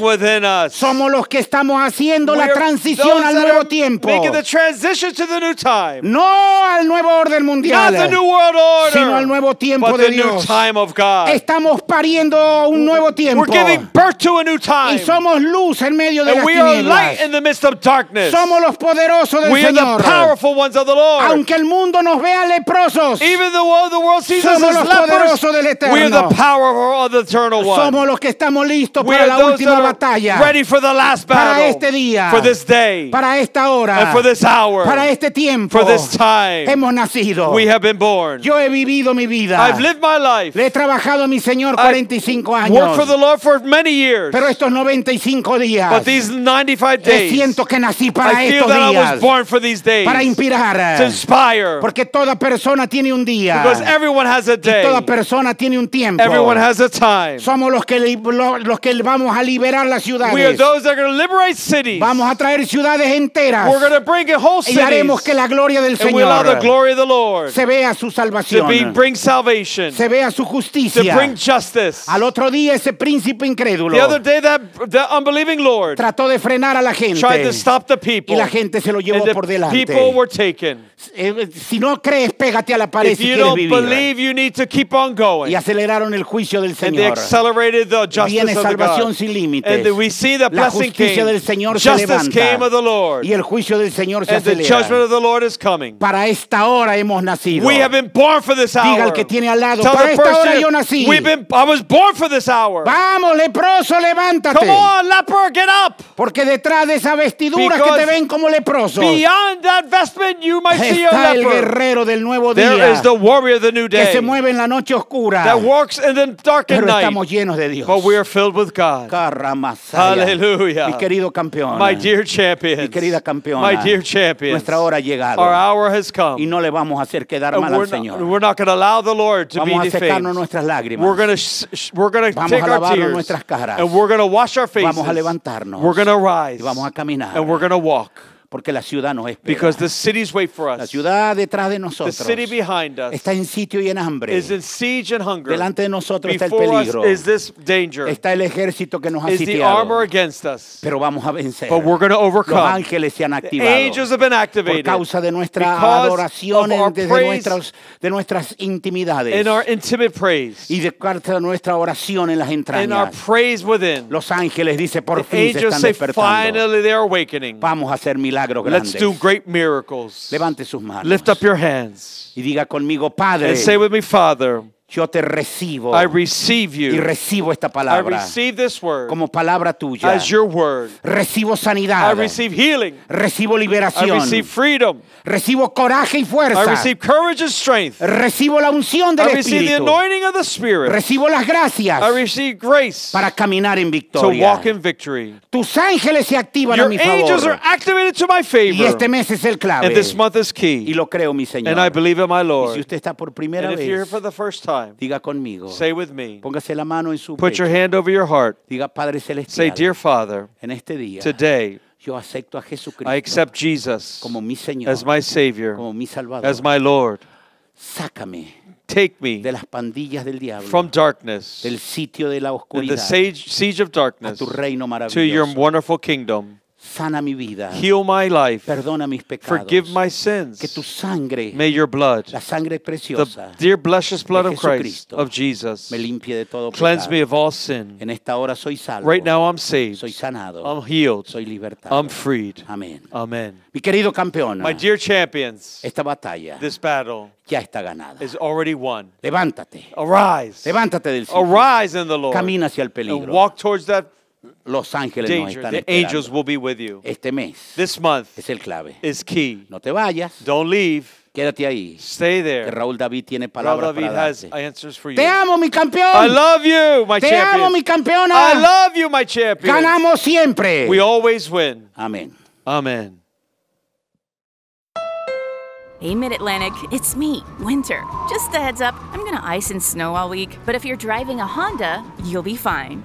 [SPEAKER 1] nosotros.
[SPEAKER 2] within us.
[SPEAKER 1] Somos los que estamos haciendo
[SPEAKER 2] We're
[SPEAKER 1] la transición
[SPEAKER 2] those
[SPEAKER 1] al
[SPEAKER 2] that
[SPEAKER 1] nuevo
[SPEAKER 2] are
[SPEAKER 1] tiempo,
[SPEAKER 2] Making the transition to the new time.
[SPEAKER 1] no al nuevo orden
[SPEAKER 2] Not the
[SPEAKER 1] mundial.
[SPEAKER 2] new world order,
[SPEAKER 1] sino al nuevo tiempo
[SPEAKER 2] but
[SPEAKER 1] de
[SPEAKER 2] the new
[SPEAKER 1] Dios.
[SPEAKER 2] time of God.
[SPEAKER 1] Estamos pariendo un nuevo
[SPEAKER 2] We're
[SPEAKER 1] tiempo
[SPEAKER 2] giving birth to a new
[SPEAKER 1] y
[SPEAKER 2] time.
[SPEAKER 1] somos luz en medio de
[SPEAKER 2] and
[SPEAKER 1] las
[SPEAKER 2] we are light in
[SPEAKER 1] tinieblas.
[SPEAKER 2] the midst of darkness.
[SPEAKER 1] Somos los poderosos del
[SPEAKER 2] we are the
[SPEAKER 1] Señor.
[SPEAKER 2] powerful ones of the Lord.
[SPEAKER 1] Aunque el mundo nos vea leprosos,
[SPEAKER 2] Even the world, the world sees us
[SPEAKER 1] Somos
[SPEAKER 2] as
[SPEAKER 1] los
[SPEAKER 2] lepers.
[SPEAKER 1] poderosos del Eterno.
[SPEAKER 2] We are the power of the eternal one.
[SPEAKER 1] somos los que estamos listos
[SPEAKER 2] we
[SPEAKER 1] para
[SPEAKER 2] are
[SPEAKER 1] la
[SPEAKER 2] those
[SPEAKER 1] última
[SPEAKER 2] that are
[SPEAKER 1] batalla,
[SPEAKER 2] ready for the last
[SPEAKER 1] Para
[SPEAKER 2] battle.
[SPEAKER 1] este día.
[SPEAKER 2] for this day.
[SPEAKER 1] para esta
[SPEAKER 2] and
[SPEAKER 1] hora,
[SPEAKER 2] for this hour.
[SPEAKER 1] para este tiempo.
[SPEAKER 2] for this time.
[SPEAKER 1] Hemos nacido.
[SPEAKER 2] we have been born.
[SPEAKER 1] Yo he vivido mi vida.
[SPEAKER 2] I've lived my life.
[SPEAKER 1] Le he trabajado a mi Señor
[SPEAKER 2] I
[SPEAKER 1] 45
[SPEAKER 2] Worked for the
[SPEAKER 1] años.
[SPEAKER 2] Lord for many years.
[SPEAKER 1] Pero estos 95 días,
[SPEAKER 2] but these 95
[SPEAKER 1] me
[SPEAKER 2] days,
[SPEAKER 1] siento que nací para
[SPEAKER 2] I feel
[SPEAKER 1] estos
[SPEAKER 2] that I
[SPEAKER 1] días.
[SPEAKER 2] was born for these days.
[SPEAKER 1] Para
[SPEAKER 2] to
[SPEAKER 1] inspirar.
[SPEAKER 2] inspire.
[SPEAKER 1] Porque toda persona tiene un día.
[SPEAKER 2] because everyone has a day.
[SPEAKER 1] Toda persona tiene un tiempo.
[SPEAKER 2] Everyone has a time.
[SPEAKER 1] Somos los que, li- lo- los que vamos a liberar las
[SPEAKER 2] we are
[SPEAKER 1] ciudades.
[SPEAKER 2] those that are going to liberate cities.
[SPEAKER 1] Vamos a traer ciudades enteras.
[SPEAKER 2] We're going to bring a whole
[SPEAKER 1] Y
[SPEAKER 2] cities.
[SPEAKER 1] haremos que la gloria del
[SPEAKER 2] and we allow the
[SPEAKER 1] Señor
[SPEAKER 2] glory of the Lord
[SPEAKER 1] se vea su
[SPEAKER 2] to
[SPEAKER 1] salvación.
[SPEAKER 2] be, bring salvation,
[SPEAKER 1] Se vea su
[SPEAKER 2] to
[SPEAKER 1] justicia.
[SPEAKER 2] bring justice.
[SPEAKER 1] Al otro día ese príncipe incrédulo
[SPEAKER 2] The other day, that the unbelieving Lord
[SPEAKER 1] trató de frenar a la
[SPEAKER 2] tried
[SPEAKER 1] gente.
[SPEAKER 2] to stop the
[SPEAKER 1] Y
[SPEAKER 2] people,
[SPEAKER 1] la gente se lo llevó
[SPEAKER 2] and the
[SPEAKER 1] por delante.
[SPEAKER 2] people were taken.
[SPEAKER 1] Eh, Si no crees, pégate a la pared
[SPEAKER 2] If
[SPEAKER 1] si
[SPEAKER 2] you
[SPEAKER 1] quieres
[SPEAKER 2] don't
[SPEAKER 1] vivir.
[SPEAKER 2] believe, you need to keep on going.
[SPEAKER 1] Y aceleraron el juicio del
[SPEAKER 2] And they
[SPEAKER 1] Señor.
[SPEAKER 2] accelerated the justice
[SPEAKER 1] Viene
[SPEAKER 2] of the
[SPEAKER 1] salvación
[SPEAKER 2] God.
[SPEAKER 1] sin límites.
[SPEAKER 2] And we see the
[SPEAKER 1] La
[SPEAKER 2] blessing
[SPEAKER 1] justicia
[SPEAKER 2] came.
[SPEAKER 1] del Señor se
[SPEAKER 2] Justice came of
[SPEAKER 1] levanta.
[SPEAKER 2] the Lord.
[SPEAKER 1] Y el juicio del Señor se
[SPEAKER 2] And the judgment
[SPEAKER 1] acelera.
[SPEAKER 2] of the Lord is coming.
[SPEAKER 1] Para esta hora hemos nacido.
[SPEAKER 2] We have been born for this hour.
[SPEAKER 1] Diga al que tiene al lado,
[SPEAKER 2] Tell
[SPEAKER 1] "Para
[SPEAKER 2] the
[SPEAKER 1] esta hora
[SPEAKER 2] person,
[SPEAKER 1] yo nací."
[SPEAKER 2] We've been, I was born for this hour.
[SPEAKER 1] Vamos, leproso, levántate.
[SPEAKER 2] Come on, leper, get up.
[SPEAKER 1] Porque detrás de esa vestidura que
[SPEAKER 2] Because
[SPEAKER 1] te ven como leproso
[SPEAKER 2] Beyond that vestment, you might see a
[SPEAKER 1] está el
[SPEAKER 2] leper.
[SPEAKER 1] guerrero del nuevo
[SPEAKER 2] There
[SPEAKER 1] día
[SPEAKER 2] is the warrior of the new
[SPEAKER 1] que
[SPEAKER 2] day
[SPEAKER 1] se mueve en la noche oscura.
[SPEAKER 2] that walks in the darkened
[SPEAKER 1] Pero
[SPEAKER 2] night,
[SPEAKER 1] estamos llenos de Dios.
[SPEAKER 2] but we are filled with God.
[SPEAKER 1] Carramasaya.
[SPEAKER 2] Hallelujah.
[SPEAKER 1] Mi querido campeón.
[SPEAKER 2] My dear champions,
[SPEAKER 1] mi querida campeona.
[SPEAKER 2] my dear champions,
[SPEAKER 1] Nuestra hora ha llegado.
[SPEAKER 2] our hour has
[SPEAKER 1] y
[SPEAKER 2] come.
[SPEAKER 1] no le vamos a hacer quedar
[SPEAKER 2] And
[SPEAKER 1] mal
[SPEAKER 2] we're
[SPEAKER 1] al
[SPEAKER 2] not,
[SPEAKER 1] Señor.
[SPEAKER 2] we're not going to allow the Lord to be
[SPEAKER 1] Vamos a secarnos
[SPEAKER 2] defamed.
[SPEAKER 1] nuestras lágrimas.
[SPEAKER 2] We're going to we're going to
[SPEAKER 1] Vamos
[SPEAKER 2] take
[SPEAKER 1] a
[SPEAKER 2] our
[SPEAKER 1] lavarnos
[SPEAKER 2] tears
[SPEAKER 1] nuestras caras.
[SPEAKER 2] and we're going to wash our faces.
[SPEAKER 1] Vamos a levantarnos.
[SPEAKER 2] We're going to rise.
[SPEAKER 1] Y vamos a caminar.
[SPEAKER 2] And we're going to walk
[SPEAKER 1] porque la ciudad nos espera.
[SPEAKER 2] because the cities wait for
[SPEAKER 1] la
[SPEAKER 2] us.
[SPEAKER 1] ciudad detrás de
[SPEAKER 2] The
[SPEAKER 1] nosotros
[SPEAKER 2] city behind us
[SPEAKER 1] está en sitio y en hambre.
[SPEAKER 2] is in siege and hunger.
[SPEAKER 1] Delante de nosotros está el
[SPEAKER 2] Before us
[SPEAKER 1] peligro.
[SPEAKER 2] is this danger.
[SPEAKER 1] Está el ejército que nos ha
[SPEAKER 2] Is the armor
[SPEAKER 1] sitiado.
[SPEAKER 2] against us.
[SPEAKER 1] Pero vamos a vencer.
[SPEAKER 2] But we're going to
[SPEAKER 1] Los
[SPEAKER 2] overcome.
[SPEAKER 1] ángeles se han
[SPEAKER 2] The
[SPEAKER 1] activado.
[SPEAKER 2] angels have been
[SPEAKER 1] por
[SPEAKER 2] activated
[SPEAKER 1] causa de nuestra
[SPEAKER 2] because
[SPEAKER 1] adoración
[SPEAKER 2] of our
[SPEAKER 1] desde
[SPEAKER 2] praise
[SPEAKER 1] nuestras, de nuestras intimidades
[SPEAKER 2] in our intimate praise,
[SPEAKER 1] y de causa de nuestra oración en las
[SPEAKER 2] in our
[SPEAKER 1] entrañas.
[SPEAKER 2] praise within.
[SPEAKER 1] Los ángeles dice por
[SPEAKER 2] The
[SPEAKER 1] fin se
[SPEAKER 2] angels
[SPEAKER 1] están
[SPEAKER 2] say,
[SPEAKER 1] despertando.
[SPEAKER 2] finally, they're awakening.
[SPEAKER 1] Vamos a hacer milagros
[SPEAKER 2] Let's do
[SPEAKER 1] grandes.
[SPEAKER 2] great miracles.
[SPEAKER 1] Levante sus manos
[SPEAKER 2] Lift up your hands
[SPEAKER 1] y diga conmigo, Padre,
[SPEAKER 2] and say with me, Father,
[SPEAKER 1] Yo te recibo
[SPEAKER 2] I receive
[SPEAKER 1] Oh. y
[SPEAKER 2] you.
[SPEAKER 1] recibo esta
[SPEAKER 2] I
[SPEAKER 1] palabra
[SPEAKER 2] receive this word
[SPEAKER 1] como palabra tuya.
[SPEAKER 2] as your word.
[SPEAKER 1] Recibo
[SPEAKER 2] I
[SPEAKER 1] sanidad.
[SPEAKER 2] receive healing.
[SPEAKER 1] Recibo
[SPEAKER 2] I
[SPEAKER 1] liberación.
[SPEAKER 2] receive freedom.
[SPEAKER 1] Recibo coraje y fuerza.
[SPEAKER 2] I receive courage and strength.
[SPEAKER 1] Recibo la unción del
[SPEAKER 2] I receive the
[SPEAKER 1] Espíritu.
[SPEAKER 2] anointing of the Spirit.
[SPEAKER 1] Recibo las gracias
[SPEAKER 2] I receive grace
[SPEAKER 1] para caminar en
[SPEAKER 2] to
[SPEAKER 1] victoria.
[SPEAKER 2] walk in victory.
[SPEAKER 1] Tus ángeles se activan a
[SPEAKER 2] Your
[SPEAKER 1] mi
[SPEAKER 2] angels are
[SPEAKER 1] favor.
[SPEAKER 2] activated to my
[SPEAKER 1] Y
[SPEAKER 2] favor.
[SPEAKER 1] este mes es el clave.
[SPEAKER 2] And this month is
[SPEAKER 1] Y
[SPEAKER 2] key.
[SPEAKER 1] lo creo, mi Señor.
[SPEAKER 2] And I believe in my
[SPEAKER 1] Y si
[SPEAKER 2] Lord.
[SPEAKER 1] usted está por primera
[SPEAKER 2] And if you're here
[SPEAKER 1] vez,
[SPEAKER 2] for the first time,
[SPEAKER 1] diga conmigo.
[SPEAKER 2] say with me,
[SPEAKER 1] Póngase la mano en su
[SPEAKER 2] put your
[SPEAKER 1] pecho.
[SPEAKER 2] hand over your heart.
[SPEAKER 1] Diga, Padre
[SPEAKER 2] Say,
[SPEAKER 1] Celestial,
[SPEAKER 2] Dear Father,
[SPEAKER 1] en este día
[SPEAKER 2] today
[SPEAKER 1] yo acepto a Jesucristo
[SPEAKER 2] I accept Jesus
[SPEAKER 1] como mi Señor,
[SPEAKER 2] as my Savior,
[SPEAKER 1] como mi Salvador.
[SPEAKER 2] as my Lord.
[SPEAKER 1] Sácame
[SPEAKER 2] Take
[SPEAKER 1] de
[SPEAKER 2] me
[SPEAKER 1] las pandillas del diablo,
[SPEAKER 2] from darkness,
[SPEAKER 1] del sitio de la
[SPEAKER 2] and the
[SPEAKER 1] oscuridad,
[SPEAKER 2] sage, siege of
[SPEAKER 1] a
[SPEAKER 2] darkness,
[SPEAKER 1] tu reino
[SPEAKER 2] to your
[SPEAKER 1] maravilloso.
[SPEAKER 2] wonderful kingdom.
[SPEAKER 1] Sana mi vida,
[SPEAKER 2] Heal my life.
[SPEAKER 1] perdona mis pecados.
[SPEAKER 2] Forgive my
[SPEAKER 1] que tu
[SPEAKER 2] sins.
[SPEAKER 1] sangre,
[SPEAKER 2] May your blood,
[SPEAKER 1] la sangre
[SPEAKER 2] the
[SPEAKER 1] preciosa,
[SPEAKER 2] dear precious blood of Christ,
[SPEAKER 1] Jesucristo,
[SPEAKER 2] of Jesus,
[SPEAKER 1] me limpie de todo
[SPEAKER 2] cleanse
[SPEAKER 1] pecado.
[SPEAKER 2] me of all sin.
[SPEAKER 1] En esta hora soy salvo,
[SPEAKER 2] Right now I'm saved.
[SPEAKER 1] soy sanado,
[SPEAKER 2] I'm healed.
[SPEAKER 1] soy libertado.
[SPEAKER 2] I'm freed.
[SPEAKER 1] Amén.
[SPEAKER 2] Amen.
[SPEAKER 1] Mi querido campeón,
[SPEAKER 2] My dear champions,
[SPEAKER 1] esta batalla
[SPEAKER 2] this battle
[SPEAKER 1] ya está ganada.
[SPEAKER 2] is already won.
[SPEAKER 1] Levántate,
[SPEAKER 2] Arise.
[SPEAKER 1] levántate del sitio.
[SPEAKER 2] Arise in the Lord.
[SPEAKER 1] Camina hacia el
[SPEAKER 2] And
[SPEAKER 1] peligro.
[SPEAKER 2] walk towards that
[SPEAKER 1] Los ángeles nos
[SPEAKER 2] danger.
[SPEAKER 1] están
[SPEAKER 2] The angels
[SPEAKER 1] esperando.
[SPEAKER 2] will be with you.
[SPEAKER 1] Este mes
[SPEAKER 2] This month
[SPEAKER 1] es el clave.
[SPEAKER 2] is key.
[SPEAKER 1] No te vayas,
[SPEAKER 2] Don't leave.
[SPEAKER 1] quédate ahí.
[SPEAKER 2] Stay
[SPEAKER 1] Que
[SPEAKER 2] there.
[SPEAKER 1] Raúl David tiene
[SPEAKER 2] Brother
[SPEAKER 1] palabras
[SPEAKER 2] David
[SPEAKER 1] para
[SPEAKER 2] has
[SPEAKER 1] darte.
[SPEAKER 2] answers for you.
[SPEAKER 1] Te amo, mi
[SPEAKER 2] I
[SPEAKER 1] campeón.
[SPEAKER 2] love you, my
[SPEAKER 1] Te amo, mi
[SPEAKER 2] champion. I
[SPEAKER 1] campeona.
[SPEAKER 2] love you, my champion.
[SPEAKER 1] Ganamos siempre.
[SPEAKER 2] We always win.
[SPEAKER 1] Amén.
[SPEAKER 2] Amen.
[SPEAKER 3] Hey Mid Atlantic, it's me, Winter. Just a heads up, I'm gonna ice and snow all week, but if you're driving a Honda, you'll be fine.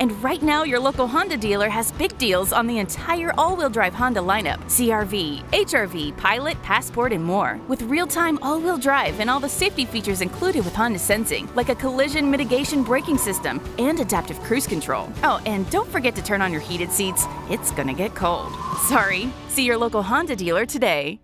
[SPEAKER 3] And right now, your local Honda dealer has big deals on the entire all wheel drive Honda lineup CRV, HRV, Pilot, Passport, and more. With real time all wheel drive and all the safety features included with Honda Sensing, like a collision mitigation braking system and adaptive cruise control. Oh, and don't forget to turn on your heated seats, it's gonna get cold. Sorry, see your local Honda dealer today.